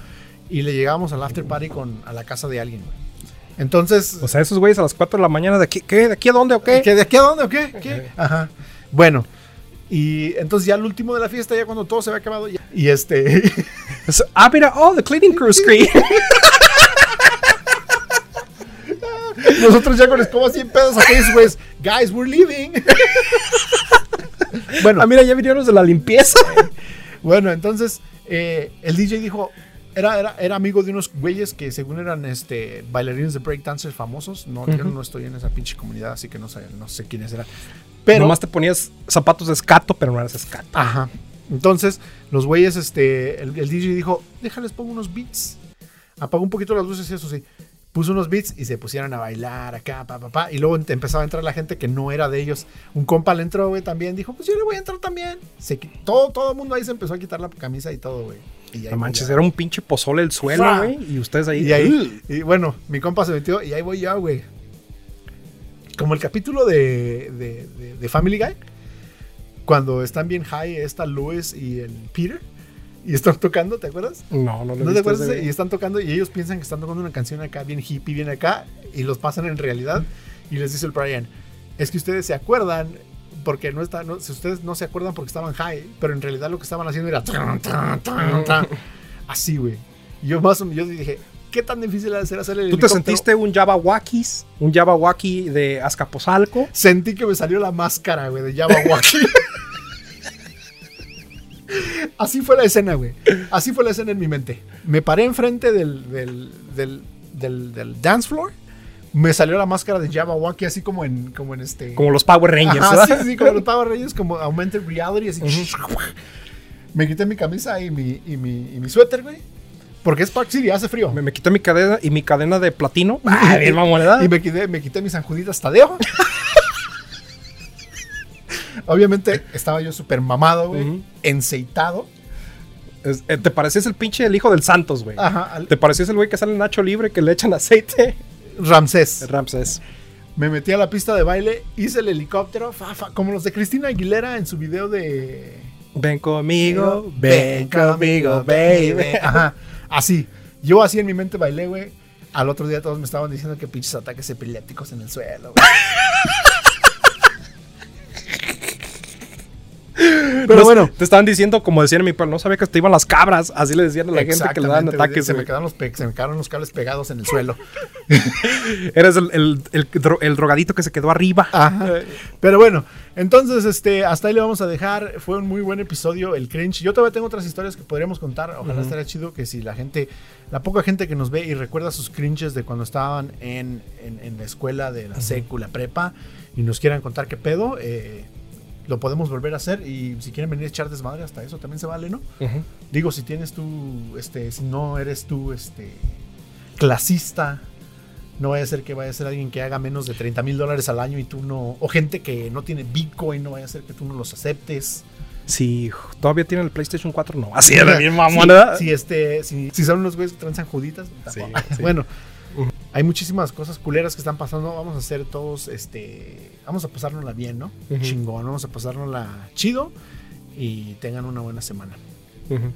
y le llegábamos al after party con, a la casa de alguien. güey. Entonces, O sea, esos güeyes a las 4 de la mañana, ¿de aquí, qué? ¿De aquí a dónde o qué? ¿Que ¿De aquí a dónde o qué? ¿Qué? Ajá. Bueno, y entonces ya el último de la fiesta, ya cuando todo se había acabado, ya- y este... *laughs* Es- Ah, mira, oh, the cleaning crew screen. Nosotros ya con escobas 100 pedos aquellos güeyes. Guys, we're leaving. *laughs* bueno, ah, mira, ya vinieron los de la limpieza. bueno, entonces eh, el DJ dijo, era, era, era amigo de unos güeyes que según eran este, bailarines de breakdancers famosos. No, yo no estoy en esa pinche comunidad, así que no sé, no sé quiénes eran. Pero... Nomás te ponías zapatos de escato, pero no eras escato. Ajá. Entonces, los güeyes, este, el, el DJ dijo, déjales, pongo unos beats. Apagó un poquito las luces y eso sí. Puso unos beats y se pusieron a bailar acá, pa, pa, pa. Y luego ent- empezaba a entrar la gente que no era de ellos. Un compa le entró, güey, también. Dijo, pues yo le voy a entrar también. Se, qui- todo, todo el mundo ahí se empezó a quitar la camisa y todo, güey. Y ahí No manches, voy era un pinche pozole el suelo, Fra. güey. Y ustedes yo. ahí. Y "Ugh". ahí, y bueno, mi compa se metió y ahí voy yo, güey. Como el capítulo de, de- de- de Family Guy, cuando están bien high, está Lewis y el Peter, y están tocando, ¿te acuerdas? No, no lo he ¿No te visto acuerdas? ese, Y están tocando y ellos piensan que están tocando una canción acá, bien hippie, bien acá, y los pasan en realidad. Y les dice el Brian, es que ustedes se acuerdan porque no están, no- si ustedes no se acuerdan porque estaban high, pero en realidad lo que estaban haciendo era tan, tan, tan, *laughs* tan". así, güey. Y Yo más o menos yo dije, ¿qué tan difícil ha de ser hacer el ¿Tú te helicóptero? sentiste un Yabawakis? Un Yabawaki de Azcapotzalco. Sentí que me salió la máscara, güey, de Yabawaki. Así fue la escena, güey. Así fue la escena en mi mente. Me paré enfrente del, del, del, del- del dance floor. Me salió la máscara de Yabawaki, así como en, como en este. Como los Power Rangers. Ajá, sí, ¿verdad? sí, como los Power Rangers, como Augmented Reality, así. Me quité mi camisa y mi, y mi, y mi suéter, güey. Porque es Park City, hace frío. Me, me quité mi cadena y mi cadena de platino. *laughs* Ah, bien mamonada. Y me quité, me quité mis anjuditas Tadeo. Obviamente estaba yo súper mamado, güey. Ujú. Enceitado. Es- eh, Te parecías el pinche el hijo del Santos, güey. Ajá, al- Te parecías el güey que sale en Nacho Libre que le echan aceite. Ramsés. Ramses. Me metí a la pista de baile, hice el helicóptero, fa, fa, como los de Cristina Aguilera en su video de... Ven conmigo, ven conmigo, baby. Ajá, así. Yo así en mi mente bailé, güey. Al otro día todos me estaban diciendo que pinches ataques epilépticos en el suelo, güey. Pero Nos- bueno. Te estaban diciendo, como decían en mi pueblo, no sabía que te iban las cabras. Así le decían a *laughs* la gente que le daban Exactamente, güey, ataques. Se en me, el- quedaron los pe- se me quedaron los cables pegados en el suelo. Eres el, el- el dro- el drogadito que se quedó arriba. Ajá. Pero bueno, entonces este, hasta ahí le vamos a dejar. Fue un muy buen episodio, el cringe. Yo todavía tengo otras historias que podríamos contar. Ojalá estaría chido que si la gente, la poca gente que nos ve y recuerda sus cringes de cuando estaban en, en- en la escuela de la secu, la prepa, y nos quieran contar qué pedo, eh, lo podemos volver a hacer. Y si quieren venir a echar desmadre, hasta eso también se vale, ¿no? Ujú. Digo, si tienes tú, este, si no eres tú, este, clasista, no vaya a ser que vaya a ser alguien que haga menos de 30 mil dólares al año y tú no, o gente que no tiene Bitcoin, no vaya a ser que tú no los aceptes. Si todavía tienen el PlayStation 4, no. Así era bien mamón, ¿verdad? Si, si, este, si, si son unos güeyes que transan juditas, tampoco. *laughs* sí. bueno, hay muchísimas cosas culeras que están pasando. Vamos a hacer todos, este, vamos a pasárnosla bien, ¿no? Ujú. Chingón, vamos a pasárnosla chido y tengan una buena semana. Ujú.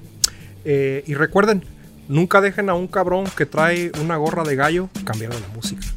Eh, y recuerden, nunca dejen a un cabrón que trae una gorra de gallo cambiar la música.